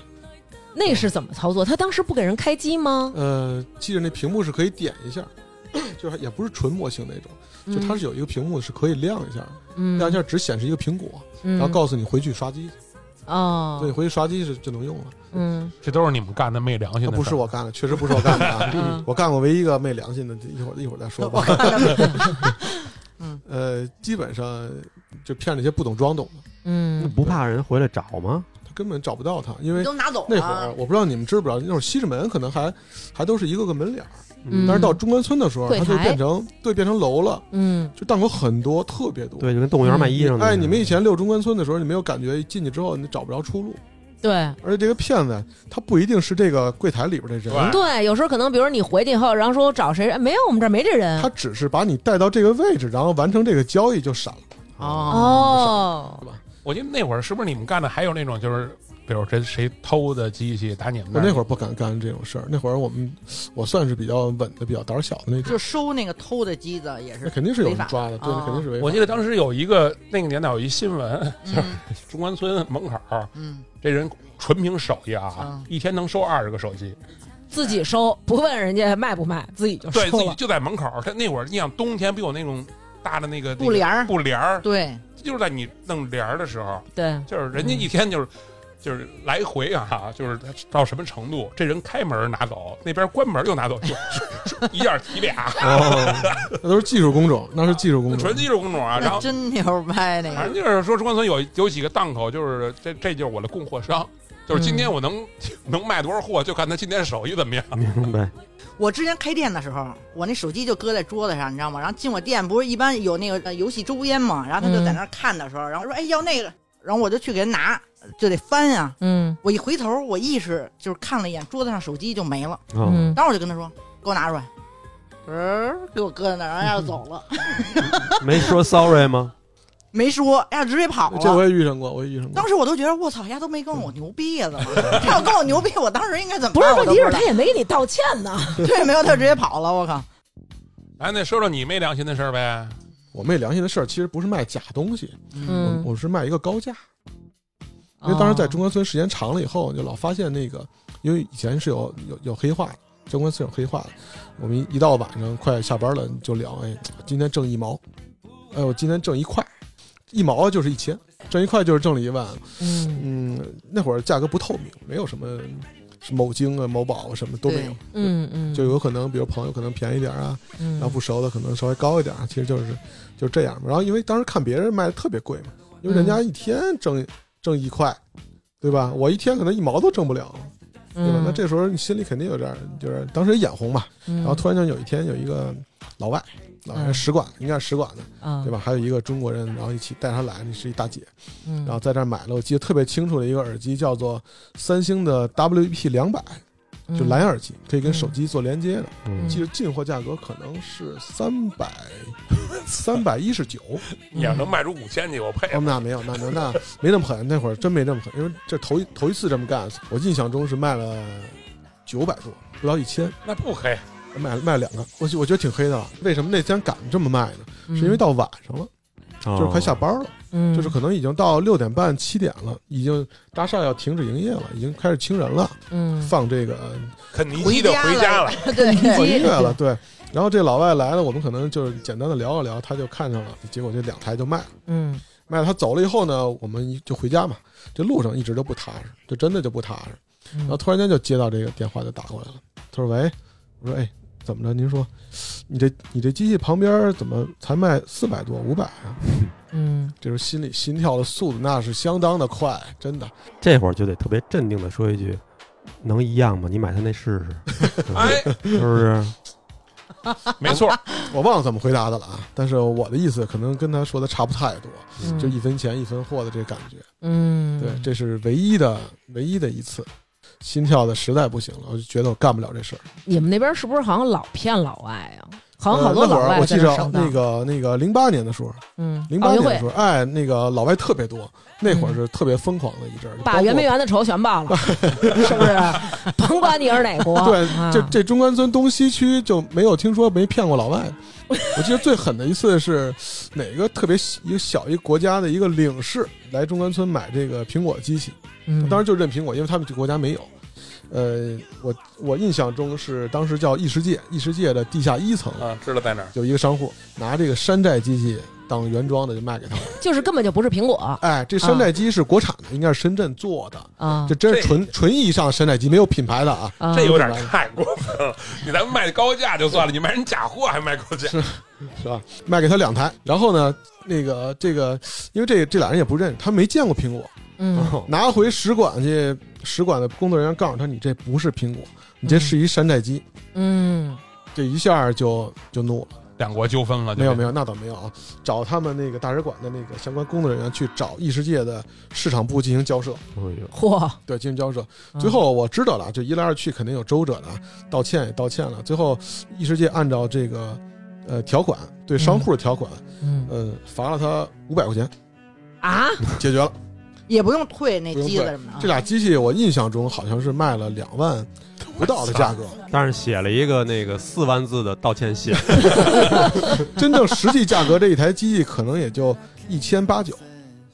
那是怎么操作？他当时不给人开机吗？呃，记着那屏幕是可以点一下，就是也不是纯模型那种，就它是有一个屏幕是可以亮一下的，嗯，亮一下只显示一个苹果，嗯，然后告诉你回去刷机，哦，对，回去刷机是就能用了。嗯这都是你们干的昧良心的那事儿。不是我干的，确实不是我干的 <laughs> 嗯啊！我干过唯一一个昧良心的，一会儿一会儿再说吧。 <laughs> 嗯，呃，基本上就骗那些不懂装懂的，那嗯不怕人回来找吗？他根本找不到他，因为你都拿走那会儿哦了，我不知道你们知不知道，那会儿西直门可能还还都是一个个门脸儿，嗯，但是到中关村的时候，柜它就台变成对变成楼了，嗯就档口很多，特别多。对，就跟动物园卖衣裳的似的。哎，你们以前溜中关村的时候，你没有感觉进去之后你找不着出路，对而且这个骗子他不一定是这个柜台里边的人，对对，有时候可能比如你回去以后，然后说我找谁，哎没有，我们这儿没这人他只是把你带到这个位置，然后完成这个交易就闪了。哦，我记得那会儿是不是你们干的还有那种就是，比如谁谁偷的机器打你们我那会儿儿不敢干这种事儿，那会儿我们我算是比较稳的，比较胆小的那种，就收那个偷的机子也那是，肯定是有人违法抓的，对，哦那肯定是违法。我记得当时有一个那个年代有一新 <laughs> 闻，嗯中关村门口儿嗯，这人纯凭手艺啊嗯，一天能收二十个手机，自己收，不问人家卖不卖，自己啊就收对自己了。就在门口儿。他那会儿你想冬天不有那种大的那个布帘儿，布帘儿，对，就是在你弄帘儿的时候，对，就是人嗯家一天就是。就是来回啊，就是他到什么程度，这人开门拿走，那边关门又拿走，就就一下提俩，哦那都是技术工种，那是技术工种纯。技术工种啊。然嗯那后真牛掰那反正个，就是说，中关村有有几个档口，就是这这就是我的供货商，就是今嗯天我能、 <laughs> 能卖多少货，就看他今天手艺怎么样。明白？我之前开店的时候，我那手机就搁在桌子上，你知道吗？然后进我店不是一般有那个呃游戏周边嘛，然后他就在那儿看的时候，然后说哎要那个， <laughs> 然后我就去给人拿，就得翻呀、嗯我一回头，我意识就是看了一眼桌子上手机就没了，哦，嗯，当时我就跟他说：“给我拿出来。”嗯，给我搁在那儿，然后丫就走了，没说 sorry 吗？没说，丫直接跑了。这我也遇上过，我也遇上过啊当。时我都觉得我操，丫都没跟我牛逼呀，怎 <laughs> 么？他要跟我牛逼，我当时应该怎么不是办？问题是我都他不知也没给你道歉呢。道对，没有，他就直接跑了。我靠，哎，那说说你没良心的事儿呗。我昧良心的事儿，其实不是卖假东西，嗯我是卖一个高价。因为当时在哦中关村时间长了以后，就老发现那个，因为以前是有有有黑话的，中关村有黑话的。我们一到晚上快下班了，就聊，哎，今天挣一毛，哎，我今天挣一块，一毛就是一千，挣一块就是挣了一万。嗯嗯，那会儿价格不透明，没有什么某京啊、某宝啊什么都没有对，嗯嗯，就有可能比如朋友可能便宜点儿啊，嗯然后不熟的可能稍微高一点，其实就是就这样嘛。然后因为当时看别人卖的特别贵嘛，因为人嗯家一天挣挣一块，对吧？我一天可能一毛都挣不了，对吧？嗯那这时候你心里肯定有点儿，就是当时也眼红嘛。嗯然后突然就有一天有一个老外，老外嗯使馆应该是使馆的，啊对吧？还有一个中国人，然后一起带他来，那是一大姐，嗯然后在这儿买了，我记得特别清楚的一个耳机，叫做三星的 WP 两百，嗯就蓝牙耳机，可以跟手机做连接的。嗯记得进货价格可能是三百三百一十九，嗯你要能卖出五千去，我哦，哎配。那没有，那没有，那没那么狠，那会儿真没那么狠，因为这头一头一次这么干，我印象中是卖了九百多，不到一千，那不黑，卖卖两个，我觉我觉得挺黑的了。为什么那天敢这么卖呢？嗯是因为到晚上了，就是快下班了，嗯就是可能已经到六点半七点了，已经大厦要停止营业了，已经开始清人了，嗯放这个肯尼基就回家了。对，放音乐了，对。然后这老外来了，我们可能就是简单的聊了聊，他就看上了，结果这两台就卖了。嗯卖了他走了以后呢，我们就回家嘛。这路上一直都不踏实，就真的就不踏实。嗯然后突然间就接到这个电话，就打过来了。他说：“喂，我说哎，怎么着？您说，你这你这机器旁边怎么才卖四百多五百啊嗯？”这时候心里心跳的速度那是相当的快，真的。这会儿就得特别镇定的说一句：“能一样吗？你买它那试试，哎， <laughs> 嗯是不是嗯没错，我忘了怎么回答的了啊，但是我的意思可能跟他说的差不太多，嗯就一分钱一分货的这感觉。嗯对，这是唯一的唯一的一次，心跳的实在不行了，我就觉得我干不了这事儿。你们那边是不是好像老骗老外啊？好像好多呃那老会儿外我在记那着上当那个那个零八年的时候，嗯零八奥运年会嗯的时候，哎，那个老外特别多，那会儿是特别疯狂的一阵儿，包把啊括圆明园的仇全报 <laughs> 了，是不是？甭管你是哪国， <laughs> 对啊，这这中关村东西区就没有听说没骗过 <laughs> 老外。我记得最狠的一次是哪个特别小一个小一国家的一个领事来中关村买这个苹果机器，嗯当时就认苹果，因为他们这个国家没有。呃，我我印象中是当时叫异世界，异世界的地下一层 <laughs> 啊，知道在哪儿。有一个商户拿这个山寨机器当原装的就卖给他们。就是根本就不是 <laughs> 苹果哎，这山寨机是国产的，应该是深圳做的，啊这真是纯纯意义上的山寨机，没有品牌的啊。啊这有点太过分了！你咱卖高价就算了，你卖人假货还卖高价，是吧？卖给他两台，然后呢，那个这个，因为这这俩人也不认识，他没见过苹果，嗯拿回使馆去，使馆的工作人员告诉他，你这不是苹果，你这是一山寨机，嗯这一下就就怒了。两国纠纷了。没有没有，有，那倒没有啊，找他们那个大使馆的那个相关工作人员去找异世界的市场部进行交涉，哎呦，嚯，对，进行交涉。嗯最后我知道了，啊就一来二去肯定有周折的，道歉也道歉了。最后异世界按照这个呃条款对商户的条款，嗯嗯，罚了他五百块钱，啊解决了。也不用退那不用机子退什么这的啊。俩机器我印象中好像是卖了两万不到的价格，但是写了一个那个四万字的道 <laughs> 歉信，真正实际价格这一台机器可能也就一千八九，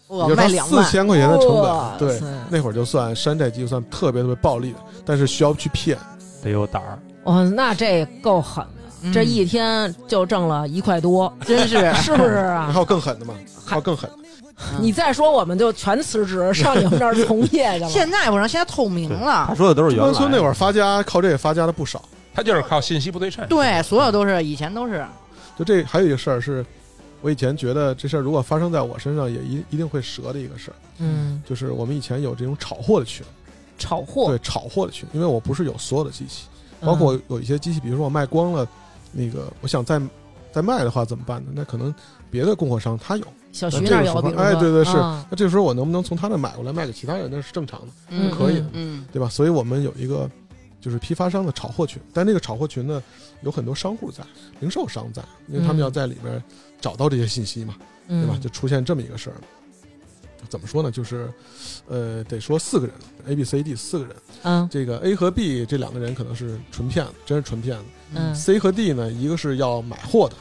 我也卖就是两四万，千块钱的成哇本。对塞，那会儿就算山寨机，算特别特别暴利的，但是需要去骗。得有胆儿。哦，那这够狠的，嗯这一天就挣了一块多，真是 <laughs> 是不是还啊？有更狠的吗？还有更狠的，你再说我们就全辞职上你们这儿从业 <laughs> 去了。现在不是，现在透明对了他，说的都是中原来关村那会儿发家靠这个发家的不少。他就是靠信息不对称。对，所有都是以前都是，就这还有一个事儿是，我以前觉得这事儿如果发生在我身上，也一一定会折的一个事儿，嗯，就是我们以前有这种炒货的群，炒货嗯对，炒货的群，因为我不是有所有的机器，嗯包括有一些机器，比如说我卖光了，那个我想再再卖的话怎么办呢？那可能别的供货商他有，嗯小那徐这那儿个时有，候比如说哎，对对是啊，那这时候我能不能从他那买过来卖给其他人，那是正常的，嗯，可以嗯嗯，对吧？所以我们有一个就是批发商的炒货群，但这个炒货群呢，有很多商户在，零售商在，因为他们嗯要在里边找到这些信息嘛，对对吧？就出现这么一个事儿。怎么说呢？就是，呃，得说四个人，A、B、C、D 四个人。嗯这个 A 和 B 这两个人可能是纯骗子，真是纯骗子。嗯 C 和 D 呢，一个是要买货的，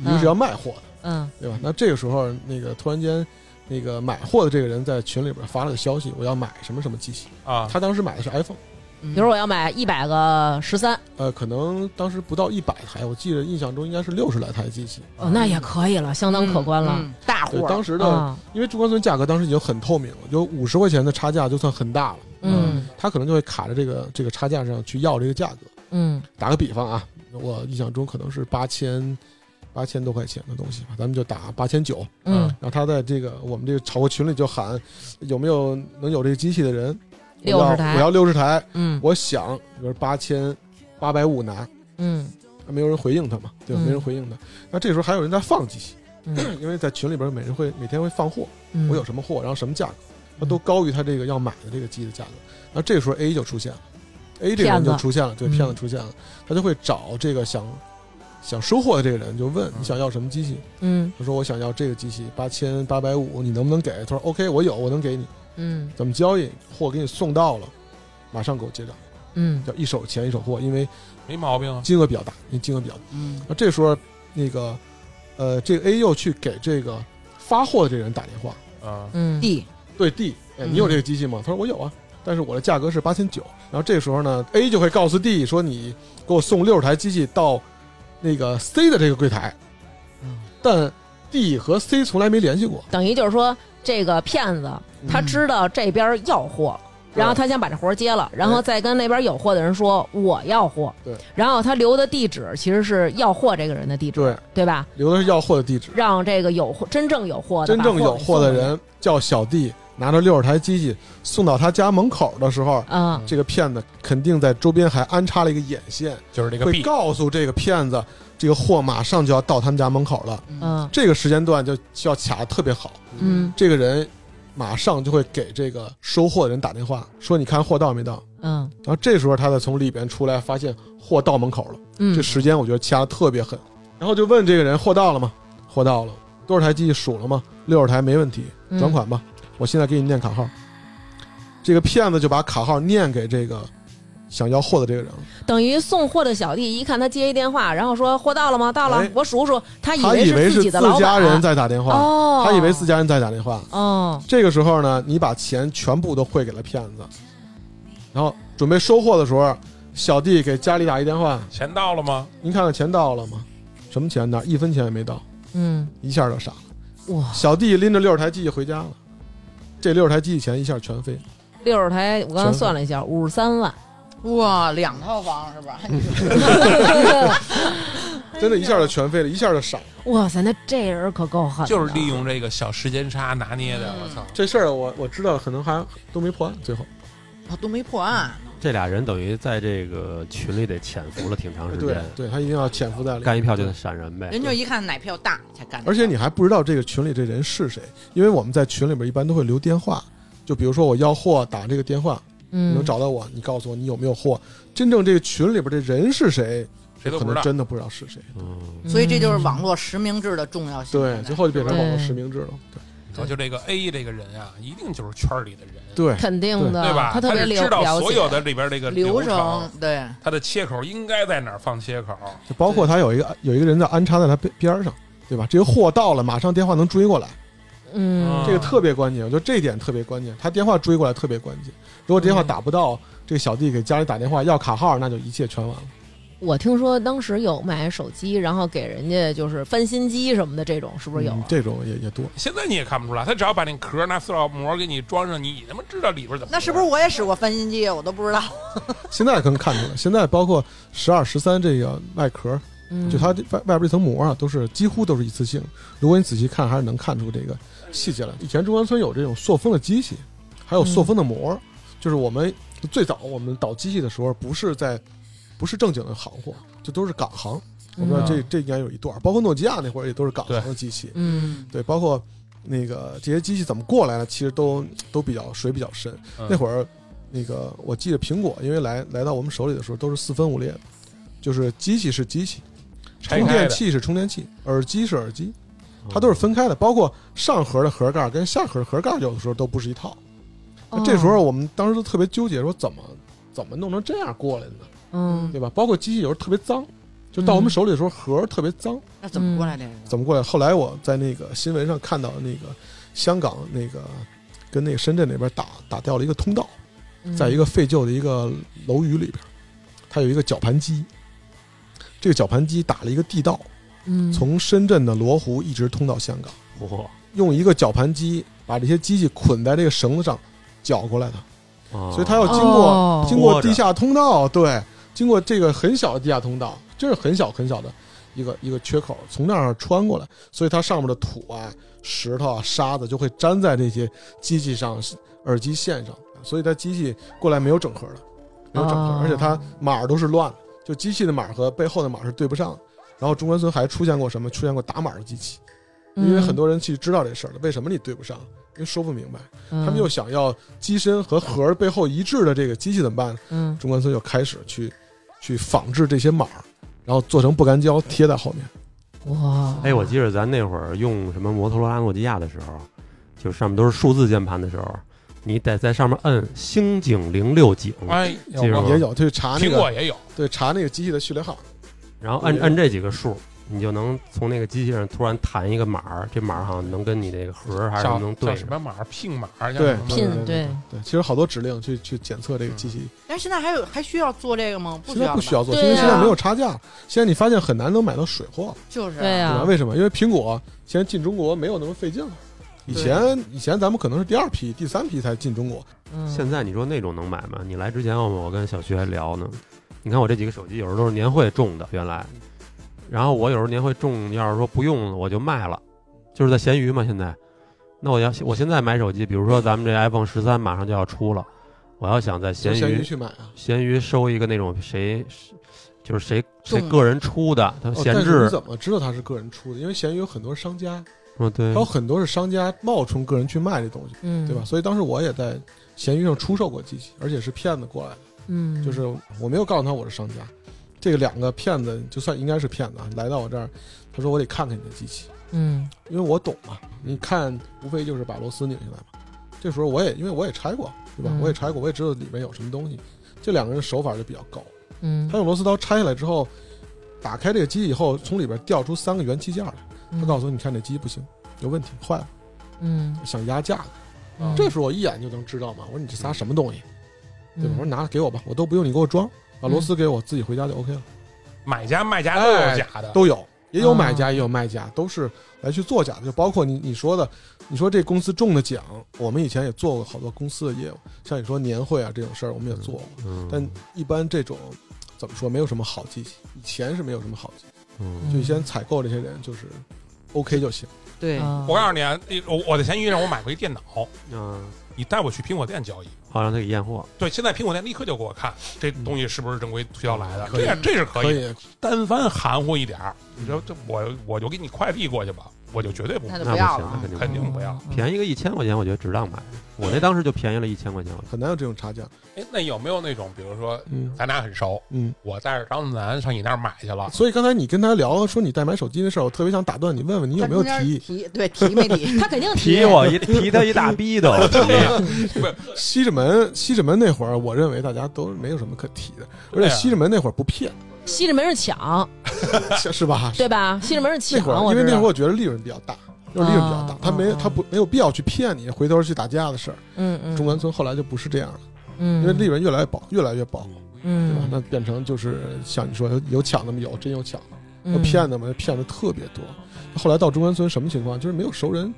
一个是要卖货的，嗯对吧？那这个时候，那个突然间，那个买货的这个人在群里边发了个消息，我要买什么什么机器。啊，他当时买的是 iPhone，比比如我要买一百个十三，呃，可能当时不到一百台，我记得印象中应该是六十来台机器。哦，那也可以了，相当可观了。嗯大对户，当时的，啊，因为中关村价格当时已经很透明了，有五十块钱的差价就算很大了。嗯他可能就会卡着这个这个差价上去要这个价格。嗯打个比方啊，我印象中可能是八千八千多块钱的东西吧，咱们就打八千九。嗯，然后他在这个我们这个炒货群里就喊，有没有能有这个机器的人？我要60台我要六十台，嗯我想比如八千八百五拿，嗯没有人回应他嘛，对吧？嗯没人回应他。那这时候还有人在放机器， <clears throat> 嗯因为在群里边每人会每天会放货，嗯，我有什么货，然后什么价格，它都高于他这个要买的这个机的价格。那这时候 A 就出现了，A 这个骗人子就出现了，对，嗯骗子出现了，他就会找这个想想收货的这个人，就问你想要什么机器。嗯他说我想要这个机器八千八百五，你能不能给？他说 OK，我有，我能给你。嗯怎么交易？货给你送到了，马上给我结账，嗯叫一手钱一手货，因为没毛病啊。金额比较大，因为金额比较大。嗯那这时候那个呃，这个 A 又去给这个发货的这个人打电话，啊，嗯，D，对 D，哎，嗯你有这个机器吗？他说我有啊，但是我的价格是八千九。然后这时候呢，A 就会告诉 D 说你给我送六十台机器到那个 C 的这个柜台，嗯但 D 和 C 从来没联系过。等于就是说，这个骗子他知道这边要货，嗯对然后他先把这活儿接了，然后再跟那边有货的人说我要货，对，然后他留的地址其实是要货这个人的地址，对，对吧？留的是要货的地址，让这个有货真正有货的真正把有货的给送过人叫小 D 拿着六十台机器送到他家门口的时候去，。啊，这个骗子肯定在周边还安插了一个眼线，就是这个会 B，告诉这个骗子，这个货马上就要到他们家门口了。嗯这个时间段就就要卡的特别好，嗯这个人马上就会给这个收货的人打电话，说你看货到没到？嗯然后这时候他再从里边出来，发现货到门口了。嗯，这时间我觉得掐的特别狠。然后就问这个人货到了吗？货到了，多少台机器数了吗？六十台没问题，嗯转款吧。我现在给你念卡号。这个骗子就把卡号念给这个想要货的这个人了，等于送货的小弟一看他接一电话，然后说货到了吗？到了哎，我数数，他以他以为是是自己的老自家人板，啊在打电话，哦，他以为自家人在打电话。哦，这个时候呢，你把钱全部都汇给了骗子，然后准备收货的时候，小弟给家里打一电话，钱到了吗？您看看钱到了吗？什么钱呢？一分钱也没到，嗯，一下就傻了。哇，小弟拎着六十台机器回家了，这六十台机器钱一下全哎飞。六十台，我刚才算了一下，五十三万，哇，两套房是 <laughs> 吧？真的，一下就全飞了，一下就傻了。哇塞，那这人可够狠的，就是利用这个小时间差拿捏的，我操！这事儿我我知道，可能还都没破案，最后哦都没破案，这俩人等于在这个群里得潜伏了挺长时对间，对，他一定要潜伏在里面。干一票就得闪人呗。人就一看奶票大才干。而且你还不知道这个群里这人是谁，因为我们在群里边一般都会留电话，就比如说我要货打这个电话，你嗯能，找到我，你告诉我你有没有货。真正这个群里边这人是谁，谁都可不能知道真的不知道是谁。嗯，所以这就是网络实名制的重要性。对，最后就变成网络对实名制了。对就这个 A 这个人啊，一定就是圈儿里的人，对，肯定的，对吧？啊他特别是知了道了所解有的里边这个流程程，对，他的切口应该在哪儿放切口，就包括他有一个有一个人在安插在他边边上，对吧？这个货到了，马上电话能追过来，嗯，这个特别关键。我觉得这一点特别关键，他电话追过来特别关键。如果电话嗯打不到，这个小弟给家里打电话要卡号，那就一切全完了。我听说当时有买手机，然后给人家就是翻新机什么的，这种是不是有啊嗯？这种也也多。现在你也看不出来，他只要把那壳拿塑料膜给你装上，你他妈知道里边怎么回事。那是不是我也使过翻新机？我都不知道。嗯现在可能看出来，现在包括十二、十三这个外壳，嗯就它这外外边这层膜啊，都是几乎都是一次性。如果你仔细看，还是能看出这个细节来。以前中关村有这种塑封的机器，还有塑嗯封的膜，就是我们最早我们倒机器的时候，不是在不是正经的行货，这都是港行。我不知道这这应该有一段，包括诺基亚那会儿也都是港行的机器，嗯对，包括那个这些机器怎么过来呢？其实都都比较水比较深。嗯那会儿，那个我记得苹果，因为来来到我们手里的时候都是四分五裂的，就是机器是机器，拆充开电的？哦器是充电器，耳机是耳机，它都是分开的。包括上盒的盒盖跟下盒的盒盖，有的时候都不是一套。哦那这时候我们当时都特别纠结，说怎么怎么弄成这样过来的呢？嗯对吧？包括机器有时候特别脏，就到我们手里的时候盒儿特别脏。那怎么过来的？怎么过来？后来我在那个新闻上看到那个香港那个跟那个深圳那边打打掉了一个通道，嗯在一个废旧的一个楼宇里边，它有一个绞盘机，这个绞盘机打了一个地道，嗯从深圳的罗湖一直通到香港，嚯，用一个绞盘机把这些机器捆在这个绳子上绞过来的，所以它要经过、哦经过地下通道，对，经过这个很小的地下通道，这是很小很小的一个一个缺口，从那儿穿过来，所以它上面的土啊、石头啊、沙子就会粘在这些机器上、耳机线上，所以它机器过来没有整合的，没有整合，哦而且它码儿都是乱的，就机器的码儿和背后的码儿是对不上的。然后中关村还出现过什么？出现过打码儿的机器，嗯因为很多人去知道这事儿了，为什么你对不上？因为说不明白。他他们又想要机身和盒儿背后一致的这个机器怎么办？嗯中关村就开始去去仿制这些码儿，然后做成不干胶贴在后面。哇哎，我记得咱那会儿用什么摩托罗拉、诺基亚的时候，就上面都是数字键盘的时候，你得在上面摁星井零六井，哎，记住有吗吗也有去查那苹果个也有，对查那个机器的序列号，然后摁摁这几个数，你就能从那个机器上突然弹一个码儿，这码儿好像能跟你这个盒儿还是叫能对叫上什。么码儿？聘码儿叫对什么聘对对对，其实好多指令去去检测这个机器，但是现在还有还需要做这个吗？不现需在要，不需，要做，因对为呀现在没有差价了。现在你发现很难能买到水货了，就是对对吧？啊，为什么？因为苹果现在进中国没有那么费劲了。以前以前咱们可能是第二批、第三批才进中国，嗯现在你说那种能买吗？你来之前我们我跟小徐还聊呢，你看我这几个手机有时候都是年会中的原来，然后我有时候年会中，要是说不用了我就卖了，就是在闲鱼嘛现在。那我要我现在买手机，比如说咱们这 iPhone 十三马上就要出了，我要想在就闲闲鱼鱼去买啊。闲鱼收一个那种谁就是谁谁中个人出的，他哦闲但是置你，怎么知道它是个人出的？因为闲鱼有很多商家，嗯对还，有很多是商家冒充个人去卖这东西，嗯对吧？？所以当时我也在闲鱼上出售过机器，而且是骗子过来的，嗯，就是我没有告诉他我是商家。这个两个骗子就算应该是骗子啊，来到我这儿，他说我得看看你的机器，嗯因为我懂嘛。你看，无非就是把螺丝拧下来嘛。这时候我也因为我也拆过，对吧？嗯我也拆过，我也知道里面有什么东西。这两个人手法就比较高，嗯他，用螺丝刀拆下来之后，打开这个机以后，从里边掉出三个元器件来，他告诉我，你看这机不行，有问题，坏了，嗯想压价格。嗯这时候我一眼就能知道嘛，我说你这仨什么东西？对吧？我说嗯拿给我吧，我都不用你给我装，把螺丝给我，自己回家就 OK 了。买家卖家都有假的，都有，也有买啊家，也有卖家，都是来去做假的。就包括你你说的，你说这公司中的奖，我们以前也做过好多公司的业务，像你说年会啊这种事儿，我们也做过。嗯，但一般这种怎么说，没有什么好记性，以前是没有什么好记性，嗯就以前采购这些人就是 OK 就行。对嗯啊我告诉你啊，那我我在闲鱼上我买过一电脑，嗯，你带我去苹果店交易。好让他给验货，对，现在苹果店立刻就给我看这东西是不是正规渠道来的，这样这是可可以。以，但凡含糊一点儿，你说这我我就给你快递过去吧，我就绝对不那就那不要行，了那啊。肯定肯不定不要。便宜个一千块钱，我觉得值当买。我那当时就便宜了一千块钱，很难有这种差价。哎，那有没有那种，比如说嗯咱俩很熟，嗯。我带着张子楠上你那儿买去了，所以刚才你跟他聊说你代买手机的事儿，我特别想打断你，问问你有没有他中提间议？提？对，提没 <laughs> 提？他肯定提我一 <laughs> 提他一大逼都提，西直门，西直门那会儿，我认为大家都没有什么可提的，而对且啊西直门那会儿不 <laughs> 骗，西直门是抢，是吧？对吧？西直门是那抢会，儿，我因为知那道会儿我觉得利润比较大，就是利润比较大啊，他没啊他不没有必要去骗你，回头去打架的事儿。嗯嗯，中关村后来就不是这样了，嗯，因为利润越来越薄，越来哎越薄，对吧？嗯那变成就是像你说有有抢的吗？有真有抢，嗯有骗的吗？骗的特别多。后来到中关村什么情况？就是没有熟人，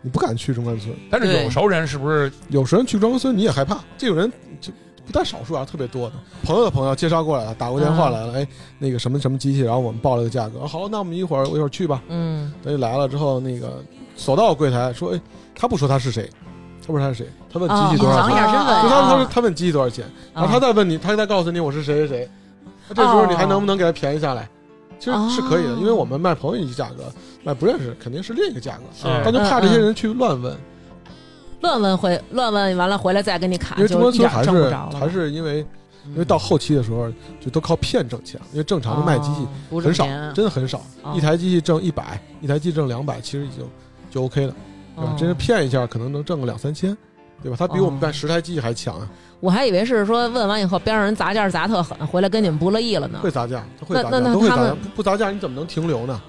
你不敢去中关村，但是对有熟人是不是有熟人去中关村你也害怕，这种人就。不但少数啊，特别多的朋友的朋友介绍过来了，打过电话啊来了，哎，那个什么什么机器，然后我们报了个价格，好，那我们一会儿我一会儿去吧，嗯他就来了之后，那个走到我柜台说：“哎，他不说他是谁，他不说他是谁，他问机器多少藏一啊钱？就下身份，他他说他问机器多少钱，然后他再问你，他再告诉你我是谁谁谁，那这时候你还能不能给他便宜哦下来？其实是可以的，因为我们卖朋友一个价格，卖不认识肯定是另一个价格，啊嗯但就怕这些人去乱问，嗯乱问回乱问完了回来再跟你卡，因为中啊就关一村点还挣不是着了。还是因为因为到后期的时候就都靠骗挣钱，因为正常的卖机器不很挣少，钱真的很少，哦一台机器挣一百，一台机器挣两百，其实已经就 OK 了，对吧哦？真是骗一下，可能能挣个两三千，对吧？他比我们哦办十台机器还强啊，我还以为是说问完以后边上人砸价砸特狠，回来跟你们不乐意了呢会。砸价，他会那砸那价，那都会他砸价，们不不砸价你怎么能停留呢？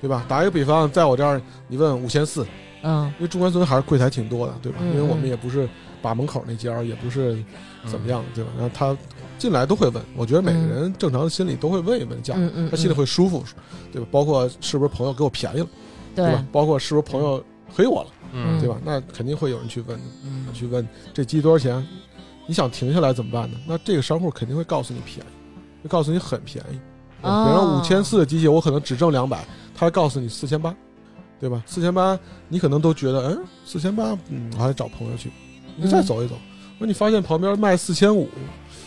对吧？打一个比方，在我这儿你问五千四，嗯，因为中关村还是柜台挺多的，对吧？嗯嗯因为我们也不是把门口那家儿，也不是怎么样的，对吧？然后他进来都会问，我觉得每个人正常的心里都会问一问价格，嗯嗯，他心里嗯会舒服，对吧？包括是不是朋友给我便宜了。对对吧？包括是不是朋友黑我了，嗯对吧？那肯定会有人去问，嗯去问这鸡多少钱？你想停下来怎么办呢？那这个商户肯定会告诉你便宜，会告诉你很便宜。对吧哦比方五千四的机器，我可能只挣两百，他还告诉你四千八，对吧？四千八，你可能都觉得，嗯，四千八，嗯，我还得找朋友去，你嗯再走一走。我说你发现旁边卖四千五，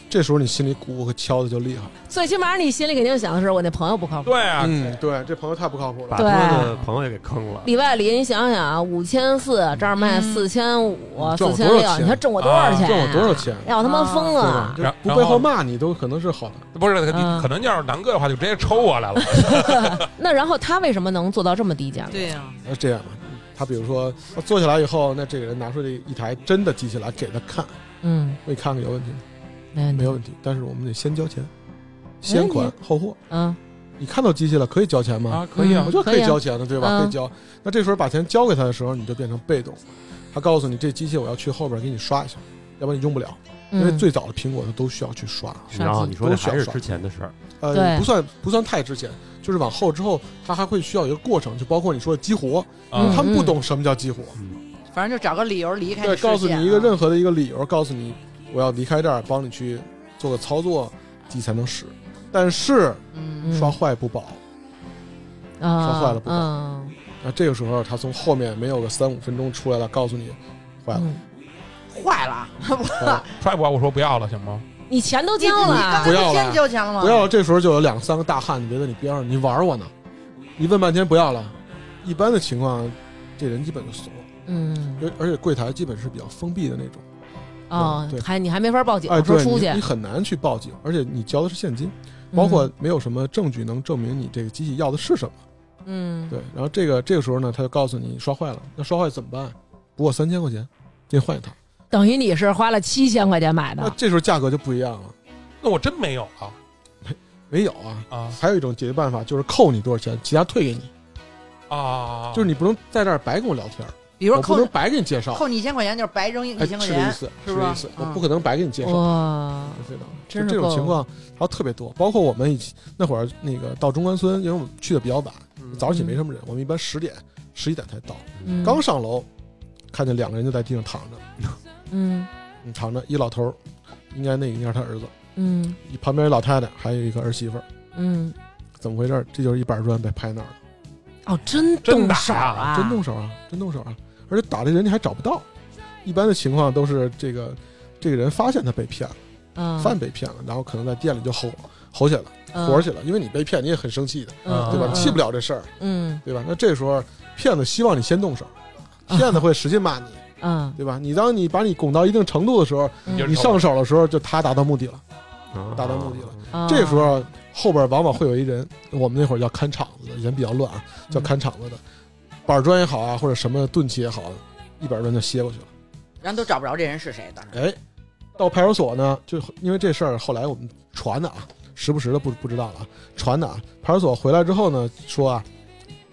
这时候你心里鼓可敲的就厉害。最起码你心里肯定想的是我那朋友不靠谱。对啊，嗯，对，这朋友太不靠谱把了。他的朋友给坑了。里外里，你想想啊，五千四这儿卖嗯四千五、你赚四我千多六少，你钱看挣我多少啊钱？赚我多少？钱？让我他哦妈疯对了吧？！嗯然就然不背后后骂你都可能是好的。不是你嗯可能要是南哥的话，就直接抽我来了。那然后他为什么能做到这么低价？对呀，那呃这样吧，他比如说他坐下来以后，那这个人拿出这一台真的机器来给他看，嗯，我给你看看有问题吗没问没题。有问题，但是我们得先交钱，先没款问后货。嗯，你看到机器了，可以交钱吗？哎啊，可以啊嗯我觉得可以啊交钱的，对吧？嗯可以交。那这时候把钱交给他的时候，你就变成被动了。他告诉你这机器我要去后边给你刷一下，要不然你用不了，因为嗯最早的苹果它都需要去刷，然后你说这还是之前的事儿，呃，对不算不算太值钱，就是往后之后它还会需要一个过程，就包括你说的激活，嗯他们不懂什么叫激活，反正就找个理由离开对，视线告诉啊你一个任何的一个理由，告诉你我要离开这儿，帮你去做个操作，机才能使。但是嗯刷坏不保啊，坏了不管嗯啊，这个时候他从后面没有个三五分钟出来了，告诉你坏了，嗯，坏了，啊坏了摔不完我说不要了，行吗？你钱都你交你刚了，啊才不要了先交钱了吗？不要了。这时候就有两三个大汉，你别在你边上，你玩我呢，你问半天不要了。一般的情况，这人基本就怂了，嗯而而且柜台基本是比较封闭的那种，哦对，还你还没法报警哎，说对出去你，你很难去报警，而且你交的是现金，包括没有什么证据能证明你这个机器要的是什么。嗯对，然后这个这个时候呢，他就告诉你刷坏了，那刷坏怎么办？补我三千块钱，给你换一台。等于你是花了七千块钱买那的，这时候价格就不一样了，那我真没有啊没有啊。啊还有一种解决办法就是扣你多少钱，其他退给你，啊！就是你不能在这儿白跟我聊天儿，比如我说不能扣白给你介绍，扣你一千块钱，就是白扔一哎，一千块是这意钱，思，是这吧意思，我嗯不可能白给你介绍。哇，非常，就真是这种够情况还有特别多，包括我们以前那会儿那个到中关村，因为我们去的比较晚，早上起嗯没什么人，我们一般十点、十一点才到。嗯刚上楼，看见两个人就在地上躺着，嗯嗯躺着一老头儿，应该那个应该是他儿子，嗯一旁边一老太太，还有一个儿媳妇儿，嗯，怎么回事儿？这就是一板砖被拍那儿了，哦，真真动打手啊，真动手啊，真动手啊！而且打这人你还找不到，一般的情况都是这个这个人发现他被骗了，嗯，发现被骗了，然后可能在店里就吼吼起来了，嗯火起来了，因为你被骗你也很生气的，嗯对吧？嗯气不了这事儿。嗯对吧？那这时候骗子希望你先动手，骗子会使劲骂你，嗯，对吧？你当你把你拱到一定程度的时候，嗯就你上手的时候，就他达到目的了。啊达到目的了啊这时候后边往往会有一人，我们那会儿叫看场子的，人比较乱啊，叫看场子的，板砖也好啊，或者什么钝器也好，一板砖就歇过去了。然后都找不着这人是谁的。哎，到派出所呢，就因为这事儿，后来我们传的啊，时不时的不不知道了啊，传的啊。派出所回来之后呢，说啊，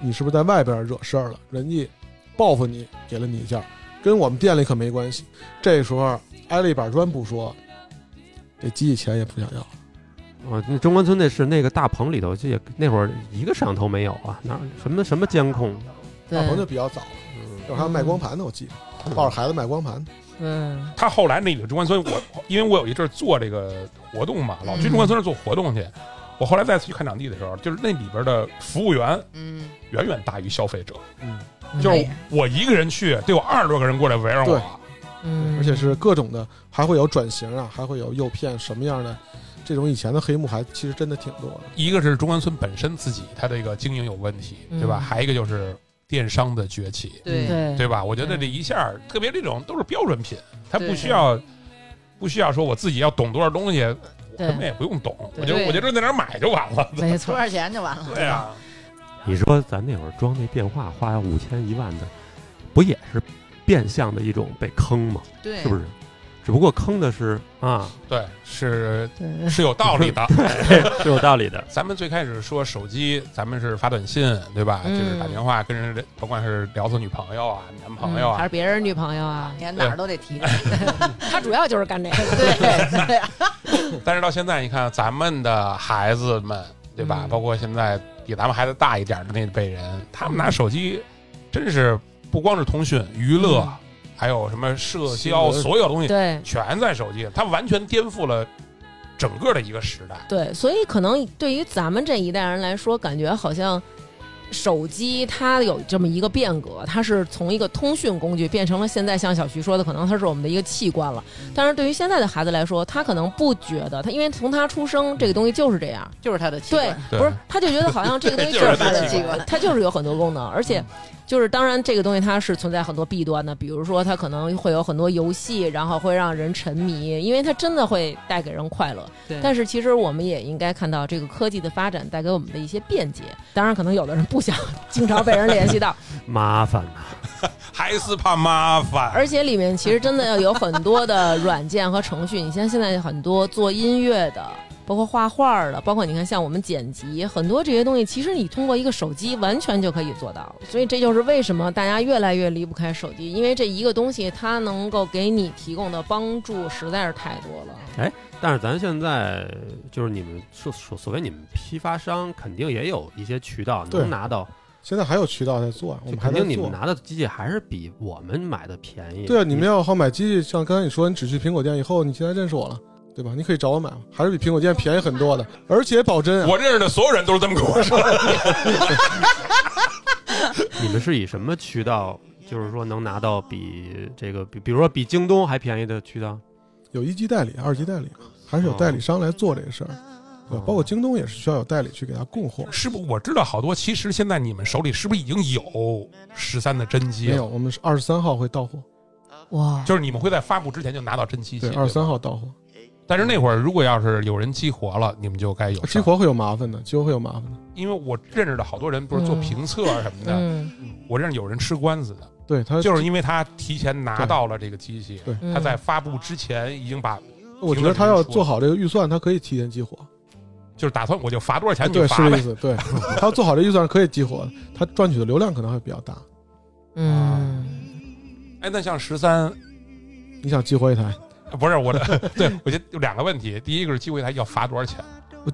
你是不是在外边惹事儿了？人家报复你，给了你一下，跟我们店里可没关系。这时候挨了一板砖不说，这机器钱也不想要了。啊，那中关村那是那个大棚里头，就也那会儿一个摄像头没有啊，哪什么什么监控？大鹏就对比较早了，嗯那会儿还卖光盘呢，我记得抱着孩子卖光盘。对，他后来那个中关村，我因为我有一阵儿做这个活动嘛，老去中关村那儿做活动去。我后来再次去看场地的时候，就是那里边的服务员嗯，远远大于消费者，嗯，就是我一个人去，得有二十多个人过来围着我对。嗯，而且是各种的，还会有转型啊，还会有诱骗什么样的，这种以前的黑幕还其实真的挺多的。一个是中关村本身自己它这个经营有问题，对吧？嗯还一个就是电商的崛起，对，对嗯对吧？我觉得这一下儿，特别这种都是标准品，它不对需要不需要说我自己要懂多少东西，我对根本也不用懂，对我就我就在那儿买就完了。没出错，点钱就完了。 <laughs> 对啊，你说咱那会儿装那电话花五千一万的，不也是变相的一种被坑吗？对，是不是？只不过坑的是啊，嗯对，是对是有道理的。是有道理的。咱们最开始说手机，咱们是发短信，对吧？嗯就是打电话跟人，甭管是聊自己女朋友啊、男 <laughs> 朋友嗯还啊是，别人女朋友啊你，看哪儿都得提。他主要就是干这个，对对，但是到现在，你看咱们的孩子们，对吧？嗯包括现在比咱们孩子大一点的那辈人，他们拿手机，真是不光是通讯、娱乐，嗯还有什么社新交，闻所有东西对。全在手机，它完全颠覆了整个的一个时代。对，所以可能对于咱们这一代人来说，感觉好像手机它有这么一个变革，它是从一个通讯工具变成了现在像小徐说的，可能它是我们的一个器官了。但是对于现在的孩子来说，他可能不觉得，他因为从他出生这个东西就是这样， <laughs> 就是他的器对官，，对不是他就觉得好像这个东西就是他它的的器官。它就是有很多功能，而且就是当然这个东西它是存在很多弊端的，比如说它可能会有很多游戏，然后会让人沉迷，因为它真的会带给人快乐。对但是其实我们也应该看到这个科技的发展带给我们的一些便捷。当然，可能有的人不想经常被人联系到，麻烦呐、还是怕麻烦。而且里面其实真的要有很多的软件和程序。你像现在很多做音乐的。包括画画的，包括你看像我们剪辑，很多这些东西，其实你通过一个手机完全就可以做到。所以这就是为什么大家越来越离不开手机，因为这一个东西它能够给你提供的帮助实在是太多了。但是咱现在就是你们所所所谓你们批发商肯定也有一些渠道对能拿到，现在还有渠道在做，啊我就们还在肯定你们做。拿的机器还是比我们买的便宜。对啊，你们要好买机器，像刚才你说，你只去苹果店以后，你现在认识我了，对吧？你可以找我买嘛，还是比苹果店便宜很 <laughs> 多的，而且保真啊。我认识的所有人都是这么跟我说的。你们是以什么渠道，就是说能拿到比这个比，比如说比京东还便宜的渠道？有一级代理、二级代理，还是有代理商来做这个事儿，对吧哦啊包括京东也是需要有代理去给他供货。是不？我知道好多，其实现在你们手里是不是已经有十三的真机没了？有，我们是二十三号会到货，哇，就是你们会在发布之前就拿到真机器。对，对吧二十三。号到货。但是那会儿如果要是有人激活了，你们就该有激上，活会有麻烦的，激活会有麻烦的。因为我认识的好多人不是嗯做评测啊什么的，嗯我认识有人吃官司的，对他就是因为他提前拿到了这个机器对，对他嗯在发布之前已经把我觉得他要做好这个预算，他可以提前激活。就是打算我就罚多少钱你就对，罚是这呗意。思。 <laughs> 对，他要做好这预算是可以激活的，他赚取的流量可能会比较大。嗯，哎，那像十三，呃你想激活一台，不是 <laughs> 我的，对我觉得有两个问题，第一个是机会台要罚多少钱？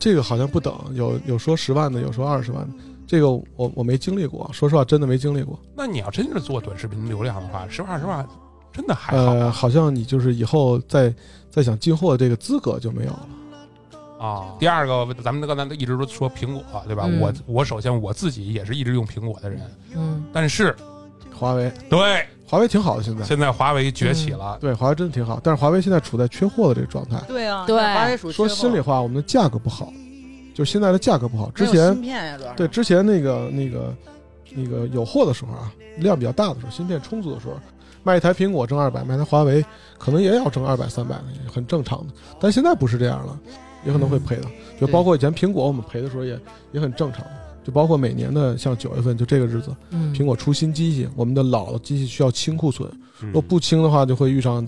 这个好像不等，有有说十万的，有说二十万的，这个我我没经历过，说实话真的没经历过。那你要真是做短视频流量的话，实话实话，真的还好呃，好像你就是以后再再想进货这个资格就没有了。啊。第二个，咱们刚才一直都说苹果，对吧？嗯我我首先我自己也是一直用苹果的人，嗯，但是华为，对，华为挺好的，现在现在华为崛起了，对华为真的挺好，但是华为现在处在缺货的这个状态。对啊，对华为属说心里话，我们的价格不好，就是现在的价格不好。之前芯片呀，主要是对之前那个那个那个有货的时候啊，量比较大的时候，芯片充足的时候，卖一台苹果挣二百，卖一台华为可能也要挣二百三百，也很正常的。但现在不是这样了，也可能嗯会赔的。就包括以前苹果我们赔的时候也也很正常，就包括每年的像九月份就这个日子，嗯苹果出新机器，我们的老的机器需要清库存，嗯如果不清的话就会遇上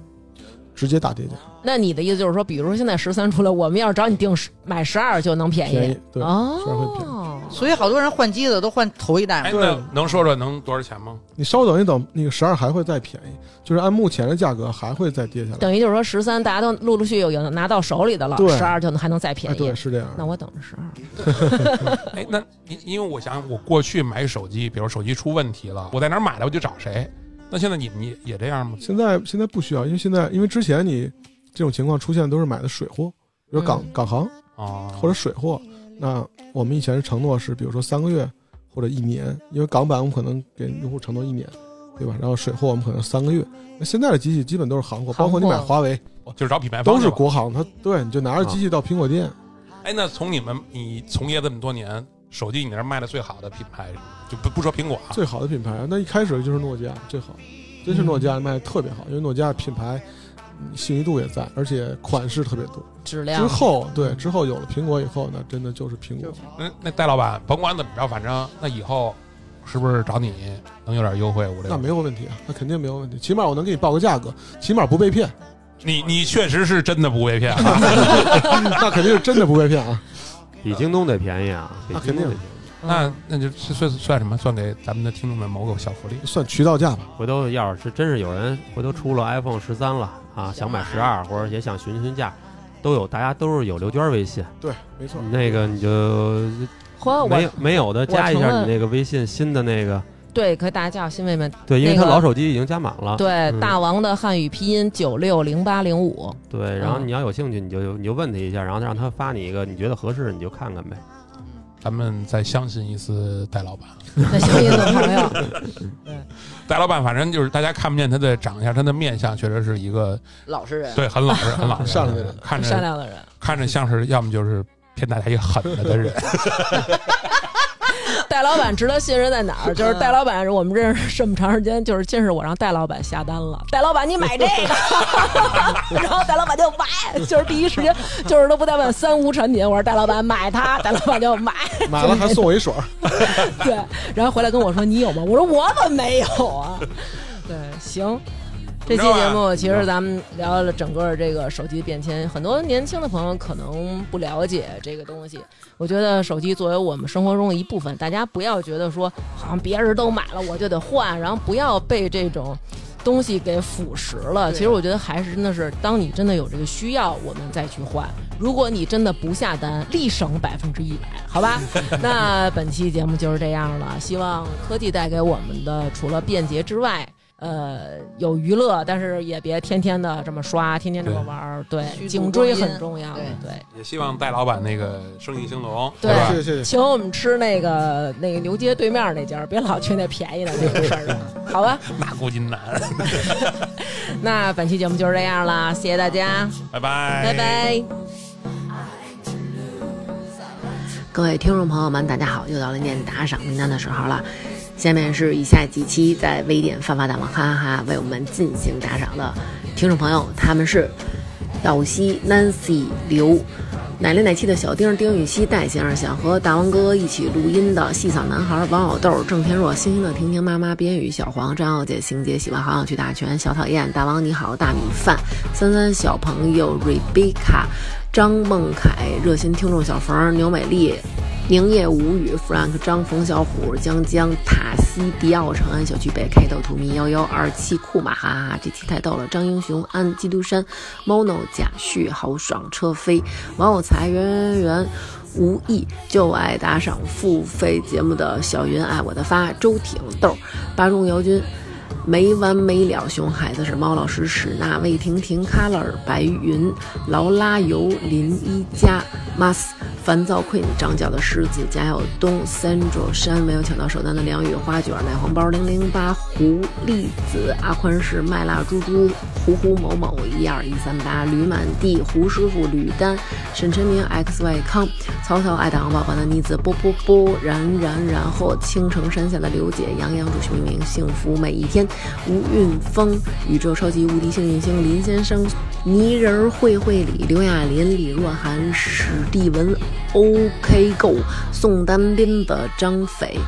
直接打跌价，那你的意思就是说，比如说现在十三出来，我们要是找你订十买十二就能便便宜宜对，哦，虽然会便宜。所以好多人换机子都换头一嗯代嘛哎，。那能说说能多少钱吗？你稍等一等，那个十二还会再便宜，就是按目前的价格还会再跌下来。等于就是说十三大家都陆陆续续有有拿到手里的了，对十二就能还能再便哎，宜。对，是这样那的。我等着十二。哎，那因因为我想我过去买手机，比如手机出问题了，我在哪儿买的我就找谁。那现在你们也也这样吗？现在现在不需要，因为现在因为之前你这种情况出现都是买的水货，比如港、港行啊，或者水货。那我们以前是承诺是，比如说三个月或者一年，因为港版我们可能给用户承诺一年，对吧？然后水货我们可能三个月。那现在的机器基本都是行货，行货包括你买华为就是找品牌方都是吧国行，它对你就拿着机器到苹果店，哎，那从你们你从业这么多年，手机你那儿卖的最好的品牌，就不不说苹果啊，最好的品牌，那一开始就是诺基亚最好，真是诺基亚卖的特别好，因为诺基亚品牌嗯信誉度也在，而且款式特别多。质之量后对之后有了苹果以后，那真的就是苹果。那那戴老板甭管怎么着，反正那以后是不是找你能有点优惠？我这那没有问题啊，那肯定没有问题，起码我能给你报个价格，起码不被 <laughs> 骗，你你确实是真的不被骗啊！ <laughs> 那肯定是真的不被骗啊。嗯比京东得便宜啊，比那京肯定东得便宜。那那就算算什么？算给咱们的听众们某个小福利。算渠道价吧，回头要是真是有人回头出了 iPhone 十三了啊，想买十二或者也想询询价，都有，大家都是有刘娟微信，对，没错。那个你就和没我有没有的加一我成下了你那个微信新的那个，对，可以大家叫新妹妹。对，因为那他个老手机已经加满了，对，嗯大王的汉语拼音九六零八零五，对，然后嗯你要有兴趣你就你就问他一下，然后让他发你一个你觉得合适你就看看呗。咱们再相信一次戴老板。那幸运的朋友，戴老板，反正就是大家看不见他的长相，他的面相确实是一个老实人，对很老实、很老 <laughs> 实、善良的人，看善着良的人。看着像是要么就是骗大家一个狠的的人。戴老板值得信任在哪儿？就是戴老板，我们认识这么长时间，就是真是我让戴老板下单了。戴老板，你买这个，然后戴老板就买，就是第一时间就是都不再问三无产品，我说戴老板买它，戴老板就买。买了还送我一水儿， <laughs> 对，然后回来跟我说你有吗？我说我怎么没有啊？对，行。这期节目其实咱们聊了整个这个手机变迁，很多年轻的朋友可能不了解这个东西。我觉得手机作为我们生活中的一部分，大家不要觉得说好像别人都买了我就得换，然后不要被这种东西给腐蚀了。其实我觉得还是真的是，当你真的有这个需要，我们再去换。如果你真的不下单，立省百分之一百，好 <laughs> 吧？那本期节目就是这样了。希望科技带给我们的，除了便捷之外，呃，有娱乐，但是也别天天的这么刷，天天这么玩儿。对，虚度颈椎光阴很重要。对对， <laughs> 也希望戴老板那个生意兴隆，对吧谢？谢谢谢。请我们吃那个那个牛街对面那家儿，别老去那便宜的那个事儿了，好吧？那估计难。那本期节目就是这样了，谢谢大家，拜拜，拜哎拜拜。各位听众朋友们，大家好，又到了念打赏名单的时候了。下面是以下几期在微店发发大王哈哈哈为我们进行打赏的听众朋友，他们是耀西、Nancy、刘、奶里奶气的小丁、丁禹兮、戴先生、想和大王哥一起录音的细嗓男孩、王小豆、郑天若、星星的婷婷妈妈、边宇、小黄、张小姐、邢姐、喜欢好想去大全、小讨厌、大王你好、大米饭、三三小朋友、Rebecca、张梦凯、热心听众小冯、牛美丽、宁夜无语，Frank 张冯小虎将将塔西迪奥长安小区北开到图民幺幺二七库马，哈哈，这期太逗了！张英雄、安基督山、Mono 贾旭、豪爽车飞、王有才、袁圆圆。无意就爱打赏付费节目的小云爱我的发周挺豆八中姚军没完没了熊孩子是猫老师史娜魏婷婷 Color 白云劳拉尤林一佳 Mas 烦躁 Queen 长脚的狮子贾晓东 Sandro 山没有抢到手单的梁宇花卷奶黄包零零八狐狸子阿宽是麦辣猪猪胡胡某某一二一三八吕满地胡师傅吕丹沈晨明 X Y 康曹操爱打王八王的妮子波波波然然然后青城山下的刘姐杨洋主徐明明幸福每一天吴韵峰宇宙超级无敌幸运星林先生泥人儿慧慧里刘亚林李若涵史蒂文 OK Go 宋丹斌的张斐。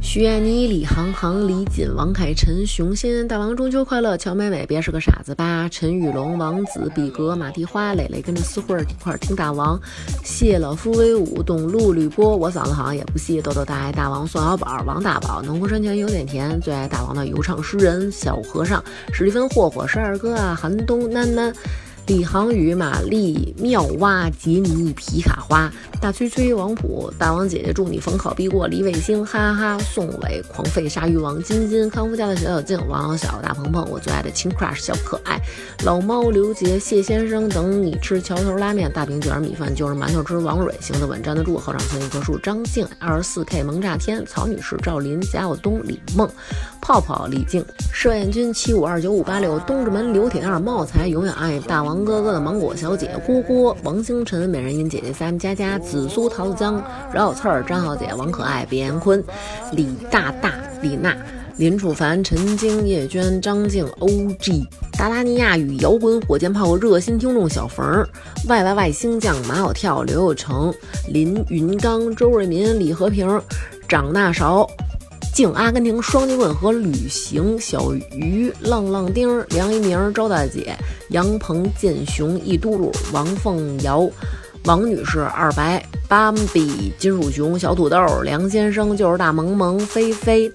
徐艳妮、李航航、李锦、王凯、陈雄心、大王中秋快乐、乔美美，别是个傻子吧？陈宇龙、王子、比格、马蹄花、磊磊跟着四慧儿一块儿听大王，谢老夫威武、董路、吕波，我嗓子好像也不细，豆豆大爱大王、宋小宝、王大宝、农夫山泉有点甜，最爱大王的游唱诗人小和尚、史蒂芬霍霍、十二哥啊、寒冬囡囡。李航宇、玛丽、妙蛙、杰尼、皮卡花、大崔崔、王普、大王姐姐，祝你逢考必过。李伟星，哈哈哈，宋伟、狂吠鲨鱼王、金金、康夫家的小小静、王小小、大鹏鹏，我最爱的青 crush 小可爱、老猫刘杰、谢先生，等你吃桥头拉面、大饼卷米饭就是馒头吃。王蕊行得稳站得住，后场村一棵树，张静二十四 K 萌炸天，曹女士、赵林、贾晓东、李梦、泡泡、李静、射焰军七五二九五八六、东直门刘铁蛋、茂才，永远爱大王哥哥的芒果小姐、郭郭、王星辰、美人音姐姐、三佳佳、紫苏、桃子江、饶小刺儿、张小姐、王可爱、别严坤、李大大、李娜。林楚凡、陈晶、叶娟、张静、OG、达达尼亚与摇滚火箭炮热心听众小冯、Y Y Y 星将、马小跳、刘有成、林云刚、周瑞民、李和平、长大勺、敬阿根廷双截棍和旅行小鱼、浪浪丁、梁一鸣、周大姐、杨鹏、建雄、一嘟噜、王凤瑶、王女士、二白、斑比、金属熊、小土豆、梁先生就是大萌萌、菲菲。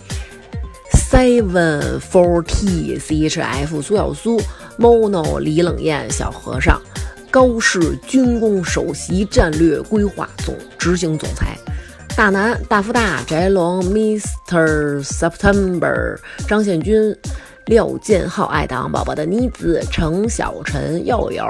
Seven Four T C H F 苏小苏，Mono 李冷艳小和尚，高市军工首席战略规划总执行总裁，大南大富大翟龙 Mr September 张宪军，廖建浩爱当宝宝的妮子程小晨佑佑。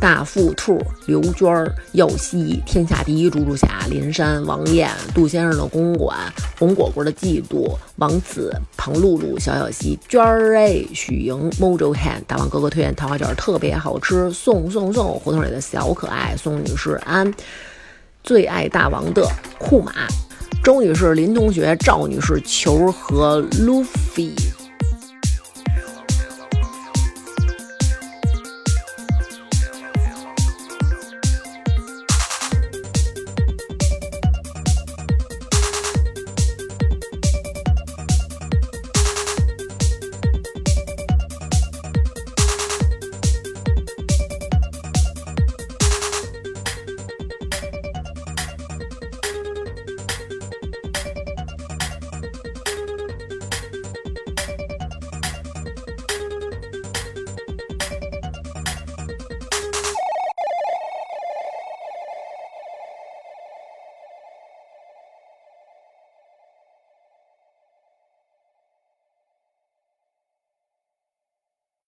大富兔、刘娟儿、耀西、天下第一猪猪侠、林山、王艳、杜先生的公馆、红果果的嫉妒、王子、庞露露、小小西、娟儿哎、许莹、Mojo Han、大王哥哥推荐桃花卷儿特别好吃，送送送！胡同里的小可爱宋女士安，最爱大王的库玛。周女士、林同学、赵女士、球儿和 Luffy